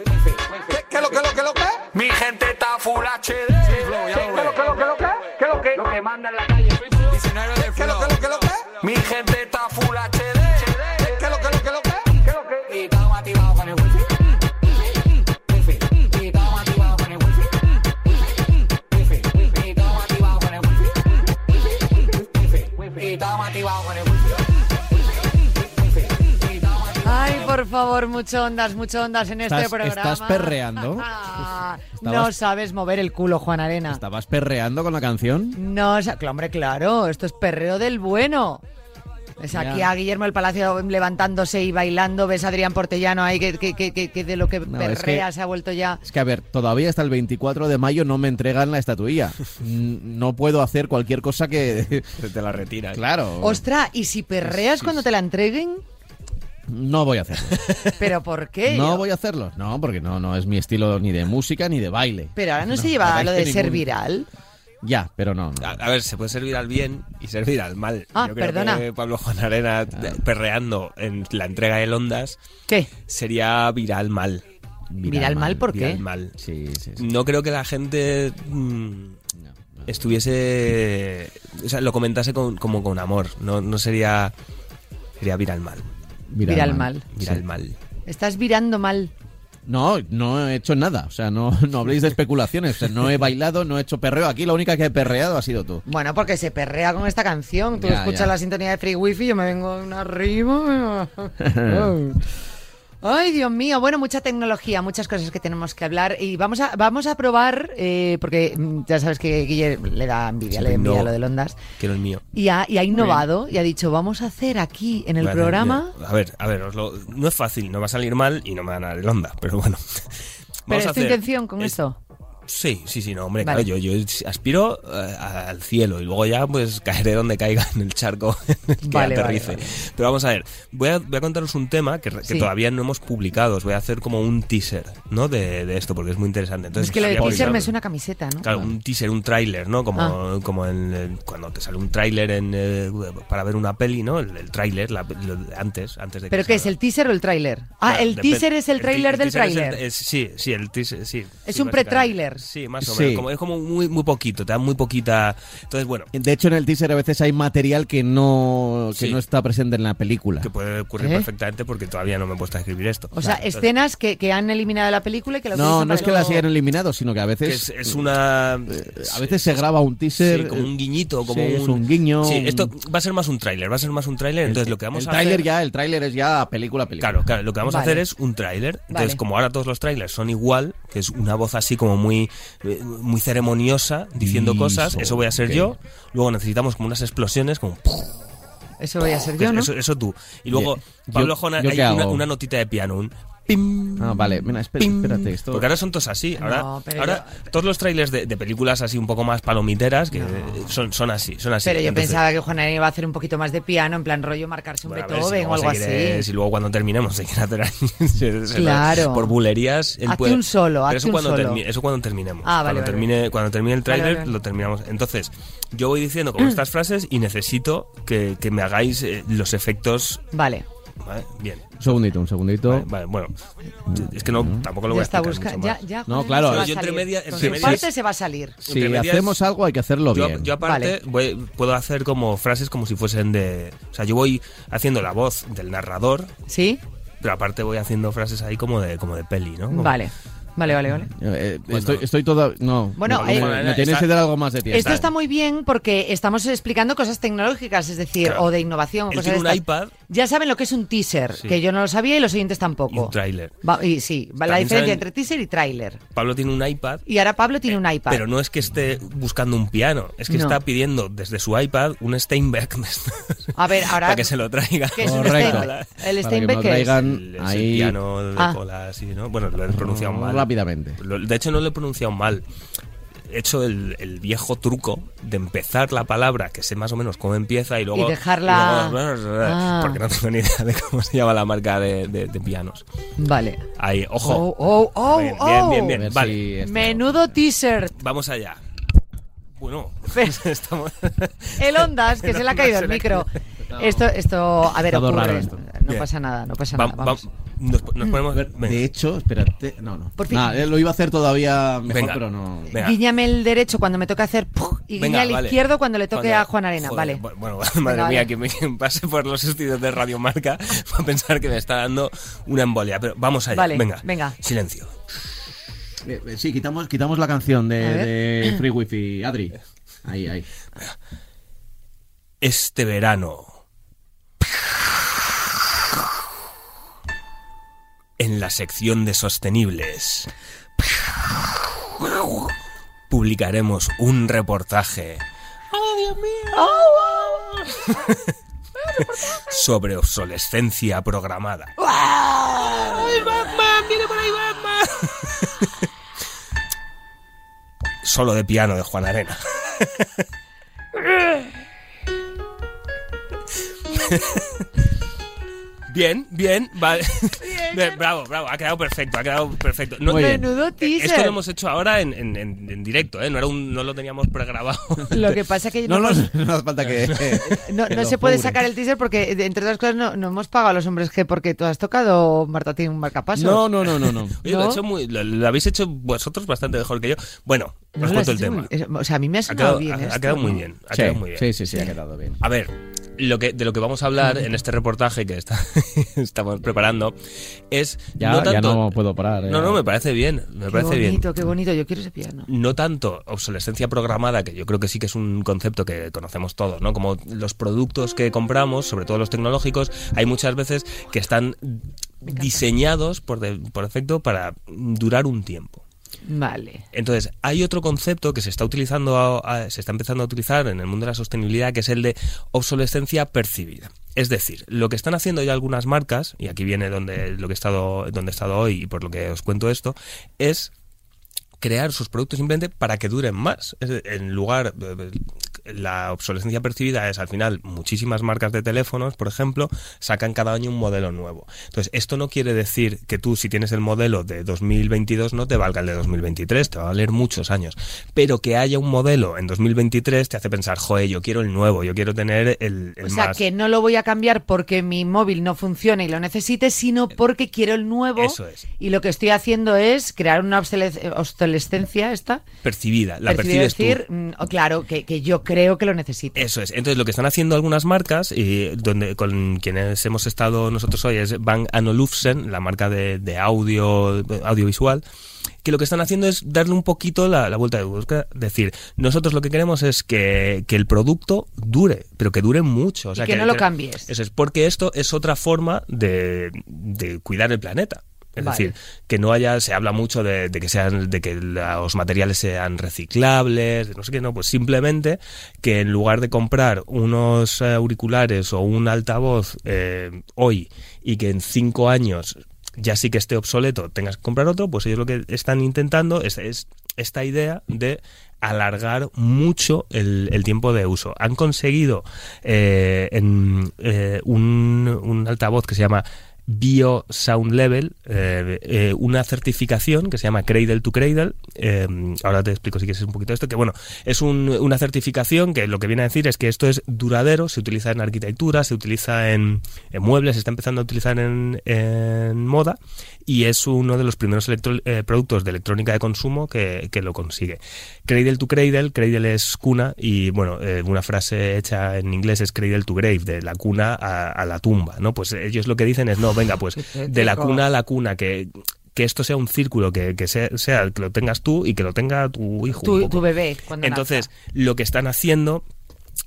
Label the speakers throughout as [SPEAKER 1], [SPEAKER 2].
[SPEAKER 1] ¿Qué, qué lo que lo que lo que?
[SPEAKER 2] Mi gente está full HD. ¿Qué lo que lo que lo que? ¿Qué lo que? Lo que manda en la calle.
[SPEAKER 1] ¿Qué lo que lo que lo que?
[SPEAKER 2] Mi gente está full HD.
[SPEAKER 1] ¿Qué lo que lo que lo que?
[SPEAKER 2] ¿Qué lo que? Y estamos activados con el wifi. Y estamos activados con el wifi. Y estamos activados con el wifi. Y estamos activados con el wifi. Y estamos activados-
[SPEAKER 3] Ay, por favor, mucho ondas, mucho ondas en este
[SPEAKER 4] Estás-
[SPEAKER 3] programa.
[SPEAKER 4] estás perreando.
[SPEAKER 3] Ah, No
[SPEAKER 4] Estabas-
[SPEAKER 3] sabes mover el culo, Juan Arena.
[SPEAKER 4] ¿Estabas perreando con la canción?
[SPEAKER 3] No, sa- claro, hombre, claro, esto es perreo del bueno. Ves aquí
[SPEAKER 4] Ya.
[SPEAKER 3] a Guillermo el Palacio levantándose y bailando, ves a Adrián Portellano ahí que, que- que- que- que de lo que
[SPEAKER 4] No,
[SPEAKER 3] perrea
[SPEAKER 4] es que-
[SPEAKER 3] se ha vuelto ya.
[SPEAKER 4] Es que, a ver, todavía hasta el 24 de mayo no me entregan la estatuilla. Mm, No puedo hacer cualquier cosa que...
[SPEAKER 5] Te la retiras.
[SPEAKER 4] Claro.
[SPEAKER 3] Ostras, ¿y si perreas cuando te la entreguen?
[SPEAKER 4] No voy a hacerlo.
[SPEAKER 3] ¿Pero por qué?
[SPEAKER 4] No voy a hacerlo. No, porque no, no es mi estilo ni de música ni de baile.
[SPEAKER 3] Pero ahora no, se
[SPEAKER 4] no
[SPEAKER 3] lleva
[SPEAKER 4] hagáis
[SPEAKER 3] lo de
[SPEAKER 4] que
[SPEAKER 3] ser
[SPEAKER 4] ningún-
[SPEAKER 3] viral.
[SPEAKER 4] Ya, pero no. no.
[SPEAKER 5] A, a ver, se puede servir al bien y servir al mal.
[SPEAKER 3] Ah,
[SPEAKER 5] Yo creo
[SPEAKER 3] perdona.
[SPEAKER 5] que Pablo Juan Arena eh, perreando en la entrega del Ondas
[SPEAKER 3] ¿Qué?
[SPEAKER 5] sería viral mal.
[SPEAKER 3] Viral mal, ¿por qué?
[SPEAKER 5] Viral mal.
[SPEAKER 4] Sí, sí, sí.
[SPEAKER 5] No creo que la gente mm,
[SPEAKER 4] No, no.
[SPEAKER 5] estuviese. O sea, lo comentase con- como con amor. No, no sería. Sería viral mal.
[SPEAKER 3] Viral mal.
[SPEAKER 5] Viral
[SPEAKER 4] Sí.
[SPEAKER 5] mal.
[SPEAKER 3] Estás virando mal.
[SPEAKER 4] No, no he hecho nada. O sea, no, no habléis de especulaciones. O sea, no he bailado, no he hecho perreo. Aquí la única que he perreado ha sido tú.
[SPEAKER 3] Bueno, porque se perrea con esta canción. Tú
[SPEAKER 4] Ya,
[SPEAKER 3] escuchas
[SPEAKER 4] ya.
[SPEAKER 3] la sintonía de Free Wifi, yo me vengo de un arriba. Ay, Dios mío. Bueno, mucha tecnología, muchas cosas que tenemos que hablar. Y vamos a, vamos a probar, eh, porque mm, ya sabes que Guille le da envidia,
[SPEAKER 5] Sí,
[SPEAKER 3] le da envidia
[SPEAKER 5] no.
[SPEAKER 3] lo del Ondas.
[SPEAKER 5] Quiero el mío.
[SPEAKER 3] Y ha, y ha innovado y ha dicho, vamos a hacer aquí en el
[SPEAKER 5] Vale,
[SPEAKER 3] programa.
[SPEAKER 5] mira, A ver, a ver, os lo- no es fácil, no va a salir mal y no me van a dar el onda, pero bueno. Vamos
[SPEAKER 3] Pero
[SPEAKER 5] a
[SPEAKER 3] es tu
[SPEAKER 5] hacer-
[SPEAKER 3] intención con
[SPEAKER 5] es-
[SPEAKER 3] esto.
[SPEAKER 5] Sí, sí, sí, no, hombre,
[SPEAKER 3] Vale.
[SPEAKER 5] claro, yo, yo aspiro eh, al cielo y luego ya pues caeré donde caiga en el charco en el que
[SPEAKER 3] Vale, vale,
[SPEAKER 5] aterrice.
[SPEAKER 3] vale.
[SPEAKER 5] Pero vamos a ver, voy a, voy a contaros un tema que, re- que
[SPEAKER 3] Sí.
[SPEAKER 5] todavía no hemos publicado, os voy a hacer como un teaser, ¿no? De, de esto, porque es muy interesante. Entonces,
[SPEAKER 3] es que lo de
[SPEAKER 5] había
[SPEAKER 3] teaser me
[SPEAKER 5] pensado-
[SPEAKER 3] suena Ah. a camiseta, ¿no?
[SPEAKER 5] Claro, un teaser, un tráiler, ¿no? Como, como en, eh, cuando te sale un tráiler en, eh, para ver una peli, ¿no? El, el tráiler, la- lo de antes, antes de
[SPEAKER 3] ¿Pero
[SPEAKER 5] que
[SPEAKER 3] qué es,
[SPEAKER 5] salga.
[SPEAKER 3] el teaser o el tráiler? Ah,
[SPEAKER 5] Claro,
[SPEAKER 3] el
[SPEAKER 5] depende.
[SPEAKER 3] teaser es el
[SPEAKER 5] ti-
[SPEAKER 3] tráiler del
[SPEAKER 5] teaser es el-
[SPEAKER 3] tráiler.
[SPEAKER 5] es- Sí, sí, el teaser, sí.
[SPEAKER 3] Es un
[SPEAKER 5] sí, básicamente.
[SPEAKER 3] pre-tráiler.
[SPEAKER 5] Sí, más o
[SPEAKER 4] Sí.
[SPEAKER 5] menos. Como, es como muy, muy poquito, te da muy poquita... Entonces, bueno,
[SPEAKER 4] De hecho, en el teaser a veces hay material que no, que
[SPEAKER 5] Sí.
[SPEAKER 4] no está presente en la película.
[SPEAKER 5] que puede ocurrir
[SPEAKER 3] ¿Eh?
[SPEAKER 5] perfectamente porque todavía no me he puesto a escribir esto.
[SPEAKER 3] O sea, este
[SPEAKER 5] Entonces,
[SPEAKER 3] escenas que, que han eliminado de la película y que las
[SPEAKER 4] No,
[SPEAKER 3] utilizan
[SPEAKER 4] no es
[SPEAKER 3] para-
[SPEAKER 4] que las hayan eliminado, sino que a
[SPEAKER 5] que
[SPEAKER 4] veces,
[SPEAKER 5] es, es una...
[SPEAKER 4] Eh, a veces se graba un teaser. eh,
[SPEAKER 5] Sí, como un guiñito, como
[SPEAKER 4] sí,
[SPEAKER 5] un...
[SPEAKER 4] es un guiño,
[SPEAKER 5] Sí,
[SPEAKER 4] un-
[SPEAKER 5] esto va a ser más un tráiler, va a ser más un tráiler. Entonces, lo que vamos
[SPEAKER 4] el
[SPEAKER 5] a
[SPEAKER 4] tráiler
[SPEAKER 5] hacer...
[SPEAKER 4] ya, el tráiler es ya película película.
[SPEAKER 5] Claro, claro, lo que vamos a
[SPEAKER 3] Vale.
[SPEAKER 5] hacer es un tráiler. Entonces,
[SPEAKER 3] Vale.
[SPEAKER 5] como ahora todos los tráilers son igual, que es una voz así como muy, eh, muy ceremoniosa, diciendo
[SPEAKER 4] Liso,
[SPEAKER 5] cosas, eso voy a ser
[SPEAKER 4] ok.
[SPEAKER 5] yo. Luego necesitamos como unas explosiones, como
[SPEAKER 3] Eso voy a ser
[SPEAKER 5] que
[SPEAKER 3] yo, ¿no?
[SPEAKER 5] Pues eso, eso tú. Y luego,
[SPEAKER 4] Yo-
[SPEAKER 5] Pablo
[SPEAKER 4] yo-
[SPEAKER 5] Jona,
[SPEAKER 4] ¿yo
[SPEAKER 5] hay
[SPEAKER 4] qué
[SPEAKER 5] una,
[SPEAKER 4] hago?
[SPEAKER 5] una notita de piano, un pim.
[SPEAKER 4] Ah, vale, mira, espera,
[SPEAKER 5] pim.
[SPEAKER 4] espérate, esto-
[SPEAKER 5] Porque ahora son todos así. Ahora,
[SPEAKER 3] No, pero
[SPEAKER 5] ahora todos los trailers de, de películas así un poco más palomiteras que eh, son, son así, son así.
[SPEAKER 3] Pero yo
[SPEAKER 5] Entonces,
[SPEAKER 3] pensaba que Juan Arena iba a hacer un poquito más de piano, en plan rollo marcarse un
[SPEAKER 5] bueno, a ver
[SPEAKER 3] Beethoven
[SPEAKER 5] si
[SPEAKER 3] o
[SPEAKER 5] luego
[SPEAKER 3] algo
[SPEAKER 5] se
[SPEAKER 3] así.
[SPEAKER 5] quiere- Si luego cuando terminemos se quiere hacer ahí, se- se-
[SPEAKER 3] Claro.
[SPEAKER 5] Por bulerías. él
[SPEAKER 3] Hazte
[SPEAKER 5] puede-
[SPEAKER 3] un solo,
[SPEAKER 5] Pero
[SPEAKER 3] hazte
[SPEAKER 5] eso,
[SPEAKER 3] un
[SPEAKER 5] cuando
[SPEAKER 3] solo.
[SPEAKER 5] termi- eso cuando terminemos.
[SPEAKER 3] Ah, vale,
[SPEAKER 5] cuando,
[SPEAKER 3] vale,
[SPEAKER 5] termine, cuando termine el
[SPEAKER 3] Vale,
[SPEAKER 5] tráiler
[SPEAKER 3] vale, vale.
[SPEAKER 5] lo terminamos. Entonces, yo voy diciendo como estas frases y necesito que, que me hagáis eh, los efectos.
[SPEAKER 3] Vale.
[SPEAKER 5] ¿vale? Bien.
[SPEAKER 4] Un segundito, un segundito.
[SPEAKER 5] Vale, vale, bueno, es que no, tampoco lo voy
[SPEAKER 3] Ya
[SPEAKER 5] a
[SPEAKER 3] está
[SPEAKER 5] explicar
[SPEAKER 3] busca-
[SPEAKER 5] mucho
[SPEAKER 3] Ya,
[SPEAKER 5] más.
[SPEAKER 3] ya,
[SPEAKER 4] No,
[SPEAKER 3] Juan Arena
[SPEAKER 4] claro,
[SPEAKER 3] se va a
[SPEAKER 5] yo entre
[SPEAKER 3] salir.
[SPEAKER 5] media-
[SPEAKER 3] Con
[SPEAKER 5] entre
[SPEAKER 3] su
[SPEAKER 5] medias-
[SPEAKER 3] parte se va a salir.
[SPEAKER 4] Si
[SPEAKER 5] Entre medias-
[SPEAKER 4] hacemos algo hay que hacerlo
[SPEAKER 5] Yo,
[SPEAKER 4] bien.
[SPEAKER 5] yo aparte
[SPEAKER 3] Vale.
[SPEAKER 5] voy- puedo hacer como frases como si fuesen de... O sea, yo voy haciendo la voz del narrador,
[SPEAKER 3] ¿Sí?
[SPEAKER 5] pero aparte voy haciendo frases ahí como de, como de peli, ¿no? Como-
[SPEAKER 3] Vale. Vale, vale, vale.
[SPEAKER 4] Eh, eh, estoy, estoy toda... No,
[SPEAKER 3] Bueno,
[SPEAKER 4] me,
[SPEAKER 3] eh,
[SPEAKER 4] me- me tenéis que dar algo más de tiempo.
[SPEAKER 3] Esto está muy bien porque estamos explicando cosas tecnológicas, es decir,
[SPEAKER 5] Claro.
[SPEAKER 3] o de innovación. o
[SPEAKER 5] Él
[SPEAKER 3] cosas de
[SPEAKER 5] tiene un
[SPEAKER 3] estas.
[SPEAKER 5] iPad.
[SPEAKER 3] Ya saben lo que es un teaser,
[SPEAKER 5] Sí.
[SPEAKER 3] que yo no lo sabía y los oyentes
[SPEAKER 5] Y
[SPEAKER 3] tampoco.
[SPEAKER 5] un tráiler.
[SPEAKER 3] Va- y sí, va la
[SPEAKER 5] También
[SPEAKER 3] diferencia
[SPEAKER 5] saben-
[SPEAKER 3] entre teaser y tráiler.
[SPEAKER 5] Pablo tiene un iPad,
[SPEAKER 3] Y ahora Pablo tiene un iPad.
[SPEAKER 5] Eh, pero no es que esté buscando un piano, es que
[SPEAKER 3] No.
[SPEAKER 5] está pidiendo desde su iPad un Steinbeck
[SPEAKER 3] A ver, ahora-
[SPEAKER 5] para que se lo traiga.
[SPEAKER 3] ¿Qué es un
[SPEAKER 4] Correcto.
[SPEAKER 3] Steinbeck? El
[SPEAKER 4] Para que me
[SPEAKER 3] Steinbeck
[SPEAKER 4] lo
[SPEAKER 3] que es.
[SPEAKER 4] traigan
[SPEAKER 5] El, es el
[SPEAKER 4] Ahí-
[SPEAKER 5] piano de
[SPEAKER 3] Ah.
[SPEAKER 5] cola, así, ¿no? Bueno, lo he pronunciado mal.
[SPEAKER 4] Rápidamente.
[SPEAKER 5] Lo- de hecho, no lo he pronunciado mal. He hecho el, el viejo truco de empezar la palabra, que sé más o menos cómo empieza, y luego.
[SPEAKER 3] Y dejarla-
[SPEAKER 5] y luego-
[SPEAKER 3] Ah.
[SPEAKER 5] Porque no tengo ni idea de cómo se llama la marca de, de- de pianos.
[SPEAKER 3] Vale.
[SPEAKER 5] Ahí,
[SPEAKER 3] Oh,
[SPEAKER 5] ojo.
[SPEAKER 3] oh, oh,
[SPEAKER 5] bien,
[SPEAKER 3] oh.
[SPEAKER 5] bien, bien,
[SPEAKER 4] A
[SPEAKER 5] bien.
[SPEAKER 4] ver
[SPEAKER 5] Vale.
[SPEAKER 4] si esto-
[SPEAKER 3] Menudo teaser.
[SPEAKER 5] Vamos allá. Bueno,
[SPEAKER 3] Pero-
[SPEAKER 5] estamos.
[SPEAKER 3] El Ondas, que se le ha caído el micro. Esto, esto, a ver,
[SPEAKER 4] Está todo
[SPEAKER 3] ocurre.
[SPEAKER 4] raro esto.
[SPEAKER 3] No, no
[SPEAKER 5] Bien.
[SPEAKER 3] pasa nada, no pasa
[SPEAKER 5] Va-
[SPEAKER 3] nada.
[SPEAKER 5] va-
[SPEAKER 3] Vamos.
[SPEAKER 5] nos, nos ponemos. venga.
[SPEAKER 4] De hecho, espérate. No, no.
[SPEAKER 3] Por fin.
[SPEAKER 4] Nah, eh, lo iba a hacer todavía mejor,
[SPEAKER 5] Venga.
[SPEAKER 4] pero no.
[SPEAKER 5] Venga.
[SPEAKER 3] Guiñame el derecho cuando me toque hacer ¡puf! y guiña
[SPEAKER 5] Venga,
[SPEAKER 3] el
[SPEAKER 5] vale.
[SPEAKER 3] izquierdo cuando le toque
[SPEAKER 5] Cuando-
[SPEAKER 3] a Juan Arena,
[SPEAKER 5] Joder,
[SPEAKER 3] vale.
[SPEAKER 5] bu- Bueno, madre
[SPEAKER 3] vale.
[SPEAKER 5] mía, que me que me pase por los estudios de Radio Marca va a pensar que me está dando una embolia. Pero vamos allá,
[SPEAKER 3] Vale,
[SPEAKER 5] venga.
[SPEAKER 3] venga.
[SPEAKER 5] Silencio.
[SPEAKER 4] Eh, eh, sí, quitamos, quitamos la canción de,
[SPEAKER 3] A ver.
[SPEAKER 4] de Free Wifi, Adri. Ahí, ahí.
[SPEAKER 5] Este verano. En la sección de sostenibles. Publicaremos un reportaje. Sobre obsolescencia programada. Solo de piano de Juan Arena. Bien, bien, vale. Bien, Bravo, bravo, ha quedado perfecto, ha quedado perfecto. No-
[SPEAKER 4] Muy bien.
[SPEAKER 3] Menudo teaser.
[SPEAKER 5] Eh, Esto lo hemos hecho ahora en, en- en- en directo, ¿eh? No, era un- no lo teníamos pregrabado.
[SPEAKER 3] Lo que pasa es que
[SPEAKER 4] No,
[SPEAKER 3] no,
[SPEAKER 4] no, no hace falta que.
[SPEAKER 3] no-
[SPEAKER 4] que
[SPEAKER 3] no
[SPEAKER 4] lo
[SPEAKER 3] se puede
[SPEAKER 4] cubren.
[SPEAKER 3] sacar el teaser porque, de- entre otras cosas, no, no hemos pagado a los hombres que porque tú has tocado, Marta, tiene un marcapasos.
[SPEAKER 4] No, no, no, no. no.
[SPEAKER 5] Oye, lo,
[SPEAKER 3] ¿No?
[SPEAKER 5] he hecho muy- lo- lo habéis hecho vosotros bastante mejor que yo. Bueno,
[SPEAKER 3] No,
[SPEAKER 5] os
[SPEAKER 3] lo has
[SPEAKER 5] cuento el
[SPEAKER 3] hecho
[SPEAKER 5] tema.
[SPEAKER 3] muy- es- O sea, a mí me ha
[SPEAKER 5] Ha
[SPEAKER 3] sonado
[SPEAKER 5] quedado,
[SPEAKER 3] bien
[SPEAKER 5] ha- ha
[SPEAKER 3] esto.
[SPEAKER 5] quedado muy bien, ha
[SPEAKER 4] Sí,
[SPEAKER 5] quedado muy bien.
[SPEAKER 4] sí, sí, sí, ha quedado bien.
[SPEAKER 5] A ver, lo que, de lo que vamos a hablar en este reportaje que está, estamos preparando es
[SPEAKER 4] Ya-
[SPEAKER 5] no
[SPEAKER 4] ya
[SPEAKER 5] tanto-
[SPEAKER 4] no puedo parar, eh.
[SPEAKER 5] No, no, me parece bien, me
[SPEAKER 3] Qué
[SPEAKER 5] parece bien.
[SPEAKER 3] bonito, qué bonito. Yo quiero ese piano.
[SPEAKER 5] no tanto obsolescencia programada, que yo creo que sí que es un concepto que conocemos todos, ¿no? Como los productos que compramos, sobre todo los tecnológicos, hay muchas veces que están diseñados por, de- por efecto para durar un tiempo.
[SPEAKER 3] Vale.
[SPEAKER 5] Entonces, hay otro concepto que se está utilizando, a- a- se está empezando a utilizar en el mundo de la sostenibilidad, que es el de obsolescencia percibida. Es decir, lo que están haciendo ya algunas marcas, y aquí viene donde lo que he estado, donde he estado hoy y por lo que os cuento esto, es crear sus productos simplemente para que duren más. Es de- En lugar, eh, la obsolescencia percibida es al final muchísimas marcas de teléfonos, por ejemplo, sacan cada año un modelo nuevo. Entonces, esto no quiere decir que tú si tienes el modelo de 2022 no te valga el de 2023, te va a valer muchos años. Pero que haya un modelo en 2023 te hace pensar, joder, yo quiero el nuevo, yo quiero tener el, el
[SPEAKER 3] O sea,
[SPEAKER 5] más.
[SPEAKER 3] que no lo voy a cambiar porque mi móvil no funcione y lo necesite, sino porque quiero el nuevo.
[SPEAKER 5] Eh, Eso es.
[SPEAKER 3] Y lo que estoy haciendo es crear una obsolesc- obsolescencia esta.
[SPEAKER 5] Percibida, la
[SPEAKER 3] Percibido
[SPEAKER 5] percibes tú.
[SPEAKER 3] decir, mm, oh, claro, que, que yo creo que lo necesito.
[SPEAKER 5] Eso es. Entonces, lo que están haciendo algunas marcas, y donde con quienes hemos estado nosotros hoy es Bang Olufsen, la marca de, de audio audiovisual, que lo que están haciendo es darle un poquito la, la vuelta de busca. Decir, nosotros lo que queremos es que, que el producto dure, pero que dure mucho. O sea,
[SPEAKER 3] que no lo cambies.
[SPEAKER 5] Eso es, porque esto es otra forma de, de cuidar el planeta. Es
[SPEAKER 3] Vale.
[SPEAKER 5] decir, que no haya, se habla mucho de, de que sean, de que la- los materiales sean reciclables, de no sé qué, no, pues simplemente que en lugar de comprar unos eh, auriculares o un altavoz eh, hoy y que en cinco años ya sí que esté obsoleto, tengas que comprar otro, pues ellos lo que están intentando es, es esta idea de alargar mucho el, el tiempo de uso. Han conseguido eh, en, eh, un, un altavoz que se llama Bio Sound Level, eh, eh, una certificación que se llama Cradle to Cradle. eh, ahora te explico si quieres un poquito esto. Que bueno, es un- una certificación que lo que viene a decir es que esto es duradero, se utiliza en arquitectura, se utiliza en, en muebles, se está empezando a utilizar en, en moda y es uno de los primeros electro- eh, productos de electrónica de consumo que, que lo consigue. Cradle to Cradle, Cradle es cuna y bueno, eh, una frase hecha en inglés es Cradle to Grave, de la cuna a, a la tumba, ¿no? Pues ellos lo que dicen es, no, venga, pues de la cuna a la cuna, que, que esto sea un círculo, que, que sea, sea el que lo tengas tú y que lo tenga tu hijo. un
[SPEAKER 3] tu,
[SPEAKER 5] poco.
[SPEAKER 3] tu bebé, cuando
[SPEAKER 5] Entonces,
[SPEAKER 3] nazca.
[SPEAKER 5] lo que están haciendo.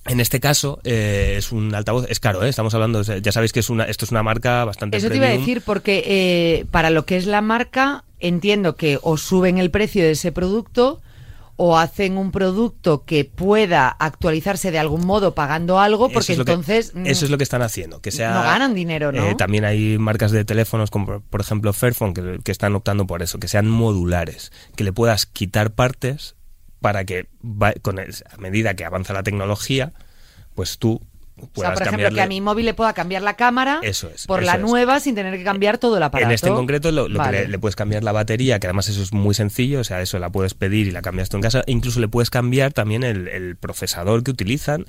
[SPEAKER 5] En este caso eh, es un altavoz, es caro, ¿eh? estamos hablando, ya sabéis que es una, esto es una marca bastante.
[SPEAKER 3] Eso te iba a
[SPEAKER 5] premium.
[SPEAKER 3] decir porque eh, para lo que es la marca, entiendo que o suben el precio de ese producto o hacen un producto que pueda actualizarse de algún modo pagando algo,
[SPEAKER 5] Eso
[SPEAKER 3] porque
[SPEAKER 5] es lo que-
[SPEAKER 3] entonces... mm,
[SPEAKER 5] eso es lo que están haciendo. Que sea,
[SPEAKER 3] no ganan dinero, ¿no?
[SPEAKER 5] Eh, también hay marcas de teléfonos, como por- por ejemplo Fairphone, que, que están optando por eso, que sean modulares, que le puedas quitar partes para que va- con el- a medida que avanza la tecnología, pues tú
[SPEAKER 3] O sea,
[SPEAKER 5] puedas
[SPEAKER 3] por ejemplo,
[SPEAKER 5] cambiarle-
[SPEAKER 3] que a mi móvil le pueda cambiar la cámara
[SPEAKER 5] Eso es,
[SPEAKER 3] por
[SPEAKER 5] eso
[SPEAKER 3] la
[SPEAKER 5] es.
[SPEAKER 3] nueva sin tener que cambiar todo el aparato.
[SPEAKER 5] En este en concreto lo, lo
[SPEAKER 3] Vale.
[SPEAKER 5] que le, le puedes cambiar la batería, que además eso es muy sencillo, o sea, eso la puedes pedir y la cambias tú en casa. E incluso le puedes cambiar también el, el procesador que utilizan,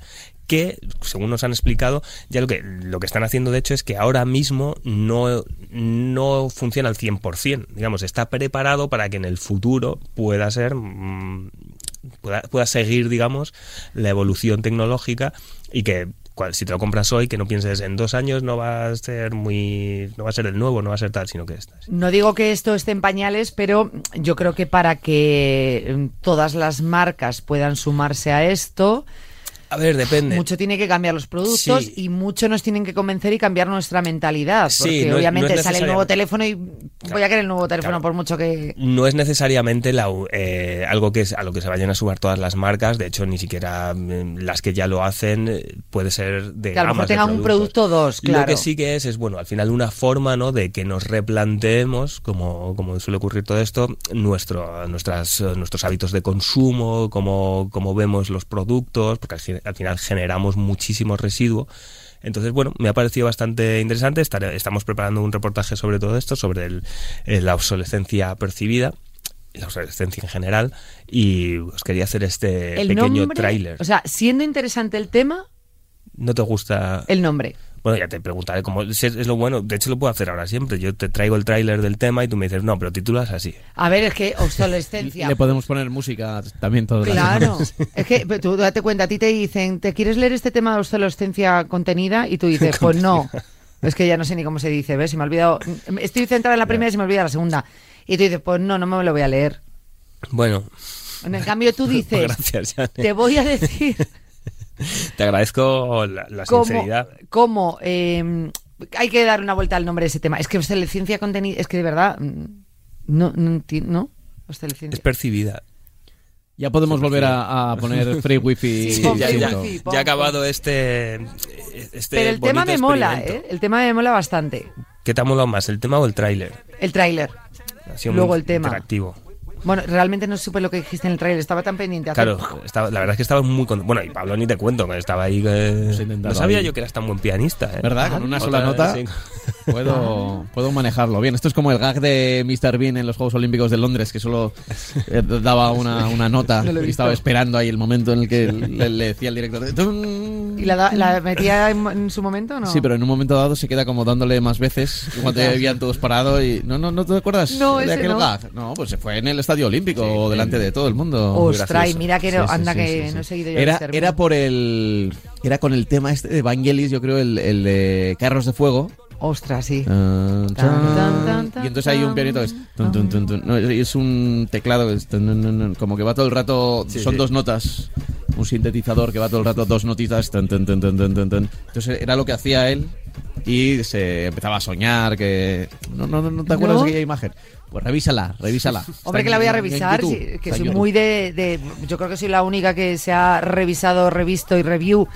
[SPEAKER 5] que según nos han explicado, ya lo que, lo que están haciendo de hecho es que ahora mismo no, no funciona al 100%, digamos, está preparado para que en el futuro pueda ser... mm, pueda, pueda seguir, digamos, la evolución tecnológica y que cual- si te lo compras hoy, que no pienses en dos años no va a ser muy, no va a ser el nuevo, no va a ser tal, sino que estás.
[SPEAKER 3] No digo que esto esté en pañales, pero yo creo que para que mm, todas las marcas puedan sumarse a esto,
[SPEAKER 5] A ver, depende.
[SPEAKER 3] mucho tiene que cambiar los productos
[SPEAKER 5] Sí.
[SPEAKER 3] y mucho nos tienen que convencer y cambiar nuestra mentalidad.
[SPEAKER 5] Sí,
[SPEAKER 3] Porque
[SPEAKER 5] no es- no
[SPEAKER 3] obviamente
[SPEAKER 5] es
[SPEAKER 3] sale el
[SPEAKER 5] necesariamente-
[SPEAKER 3] nuevo teléfono y voy a querer el nuevo teléfono
[SPEAKER 5] claro.
[SPEAKER 3] por mucho que...
[SPEAKER 5] no es necesariamente la u- eh, algo que es a lo que se vayan a subar todas las marcas. De hecho, ni siquiera mm, las que ya lo hacen eh, puede ser de
[SPEAKER 3] Que a lo mejor
[SPEAKER 5] gamas de
[SPEAKER 3] tengan un
[SPEAKER 5] productos.
[SPEAKER 3] producto o dos, Pues
[SPEAKER 5] Lo
[SPEAKER 3] claro.
[SPEAKER 5] que sí que es es bueno, al final una forma, ¿no? De que nos replanteemos, como, como suele ocurrir todo esto, nuestro, nuestras, eh, nuestros hábitos de consumo, cómo, cómo vemos los productos, porque al, gen- al final generamos muchísimo residuo. Entonces, bueno, me ha parecido bastante interesante. Estaré- estamos preparando un reportaje sobre todo esto, sobre el- eh, la obsolescencia percibida y la obsolescencia en general y os quería hacer este
[SPEAKER 3] El
[SPEAKER 5] pequeño
[SPEAKER 3] nombre,
[SPEAKER 5] tráiler.
[SPEAKER 3] O sea, siendo interesante el tema,
[SPEAKER 5] ¿No te gusta
[SPEAKER 3] el nombre.
[SPEAKER 5] bueno, ya te preguntaré cómo si es, es lo bueno. De hecho, lo puedo hacer ahora siempre. Yo te traigo el tráiler del tema y tú me dices, no, pero titulas así.
[SPEAKER 3] A ver, es que obsolescencia.
[SPEAKER 4] Le podemos poner música también todo
[SPEAKER 3] Claro, es que pero tú date cuenta, a ti te dicen, ¿te quieres leer este tema de obsolescencia contenida? Y tú dices, pues no, es que ya no sé ni cómo se dice, ¿ves? Se me ha olvidado, estoy centrada en la primera y se me olvida la segunda. Y tú dices, pues no, no me lo voy a leer.
[SPEAKER 5] Bueno,
[SPEAKER 3] En cambio tú dices,
[SPEAKER 5] gracias, Janet.
[SPEAKER 3] te voy a decir
[SPEAKER 5] te agradezco la, la
[SPEAKER 3] cómo,
[SPEAKER 5] sinceridad.
[SPEAKER 3] cómo eh, hay que dar una vuelta al nombre de ese tema. Es que obsolescencia contenida, es que de verdad, mm, no, no, enti- ¿no?
[SPEAKER 5] Es
[SPEAKER 3] Obsolescencia.
[SPEAKER 5] percibida.
[SPEAKER 4] Ya podemos volver a, a poner free wifi.
[SPEAKER 3] Sí,
[SPEAKER 4] y
[SPEAKER 3] pon
[SPEAKER 5] ya,
[SPEAKER 3] free
[SPEAKER 5] ya-
[SPEAKER 4] asunto.
[SPEAKER 3] wifi. pon,
[SPEAKER 5] ya ha
[SPEAKER 3] pon.
[SPEAKER 5] acabado este. este
[SPEAKER 3] Pero el tema me
[SPEAKER 5] bonito
[SPEAKER 3] mola, ¿eh?
[SPEAKER 5] experimento.
[SPEAKER 3] El tema me mola bastante.
[SPEAKER 5] ¿Qué te ha molado más, el tema o el tráiler?
[SPEAKER 3] El tráiler.
[SPEAKER 5] Ha sido
[SPEAKER 3] Luego
[SPEAKER 5] muy
[SPEAKER 3] el tema.
[SPEAKER 5] Interactivo.
[SPEAKER 3] Bueno, realmente no supe lo que dijiste en el trailer, estaba tan pendiente. a hacer-
[SPEAKER 5] Claro, estaba, la verdad es que estaba muy contento. Bueno, y Pablo ni te cuento, estaba ahí. eh,
[SPEAKER 4] Se ha
[SPEAKER 5] no
[SPEAKER 4] intentado
[SPEAKER 5] sabía
[SPEAKER 4] Pues ahí.
[SPEAKER 5] yo que eras tan buen pianista. ¿eh?
[SPEAKER 4] ¿Verdad? Con una sola
[SPEAKER 5] Otra-
[SPEAKER 4] nota
[SPEAKER 5] sí.
[SPEAKER 4] puedo, puedo manejarlo bien. Esto es como el gag de Mr. Bean en los Juegos Olímpicos de Londres, que solo eh, daba una, una nota y estaba esperando ahí el momento en el que le, le decía al director. "Tum".
[SPEAKER 3] ¿Y la, da- la metía en, en su momento o no?
[SPEAKER 4] Sí, pero en un momento dado se queda como dándole más veces cuando ya habían todos parado y... No, no, ¿no te acuerdas
[SPEAKER 3] No,
[SPEAKER 4] de
[SPEAKER 3] ese
[SPEAKER 4] aquel
[SPEAKER 3] no.
[SPEAKER 4] gag? No, pues se fue en el Estadio Olímpico delante de todo el mundo. Muy
[SPEAKER 3] Ostras,
[SPEAKER 4] gracioso.
[SPEAKER 3] y mira que no- anda que no he seguido yo
[SPEAKER 4] Era,
[SPEAKER 3] Mr. Bean.
[SPEAKER 4] era por el... Era con el tema este de Vangelis, yo creo, el, el de Carros de Fuego.
[SPEAKER 3] Ostras, sí.
[SPEAKER 4] Tan,
[SPEAKER 3] tan, tan, tan,
[SPEAKER 4] y entonces hay un pianito que es, tun, tun, tun, tun. No, es- es un teclado que es tun, tun, tun, tun. como que va todo el rato son dos notas un sintetizador que va todo el rato dos notitas tun, tun, tun, tun, tun, tun, tun. entonces era lo que hacía él y se empezaba a soñar que no no no, no te acuerdas
[SPEAKER 3] ¿No?
[SPEAKER 4] de aquella imagen pues revísala revísala
[SPEAKER 3] Hombre,
[SPEAKER 4] Está
[SPEAKER 3] que la
[SPEAKER 4] en-
[SPEAKER 3] voy a
[SPEAKER 4] en
[SPEAKER 3] revisar,
[SPEAKER 4] YouTube,
[SPEAKER 3] sí, que
[SPEAKER 4] está en
[SPEAKER 3] soy
[SPEAKER 4] YouTube.
[SPEAKER 3] muy de, de- Yo creo que soy la única que se ha revisado, revisto y review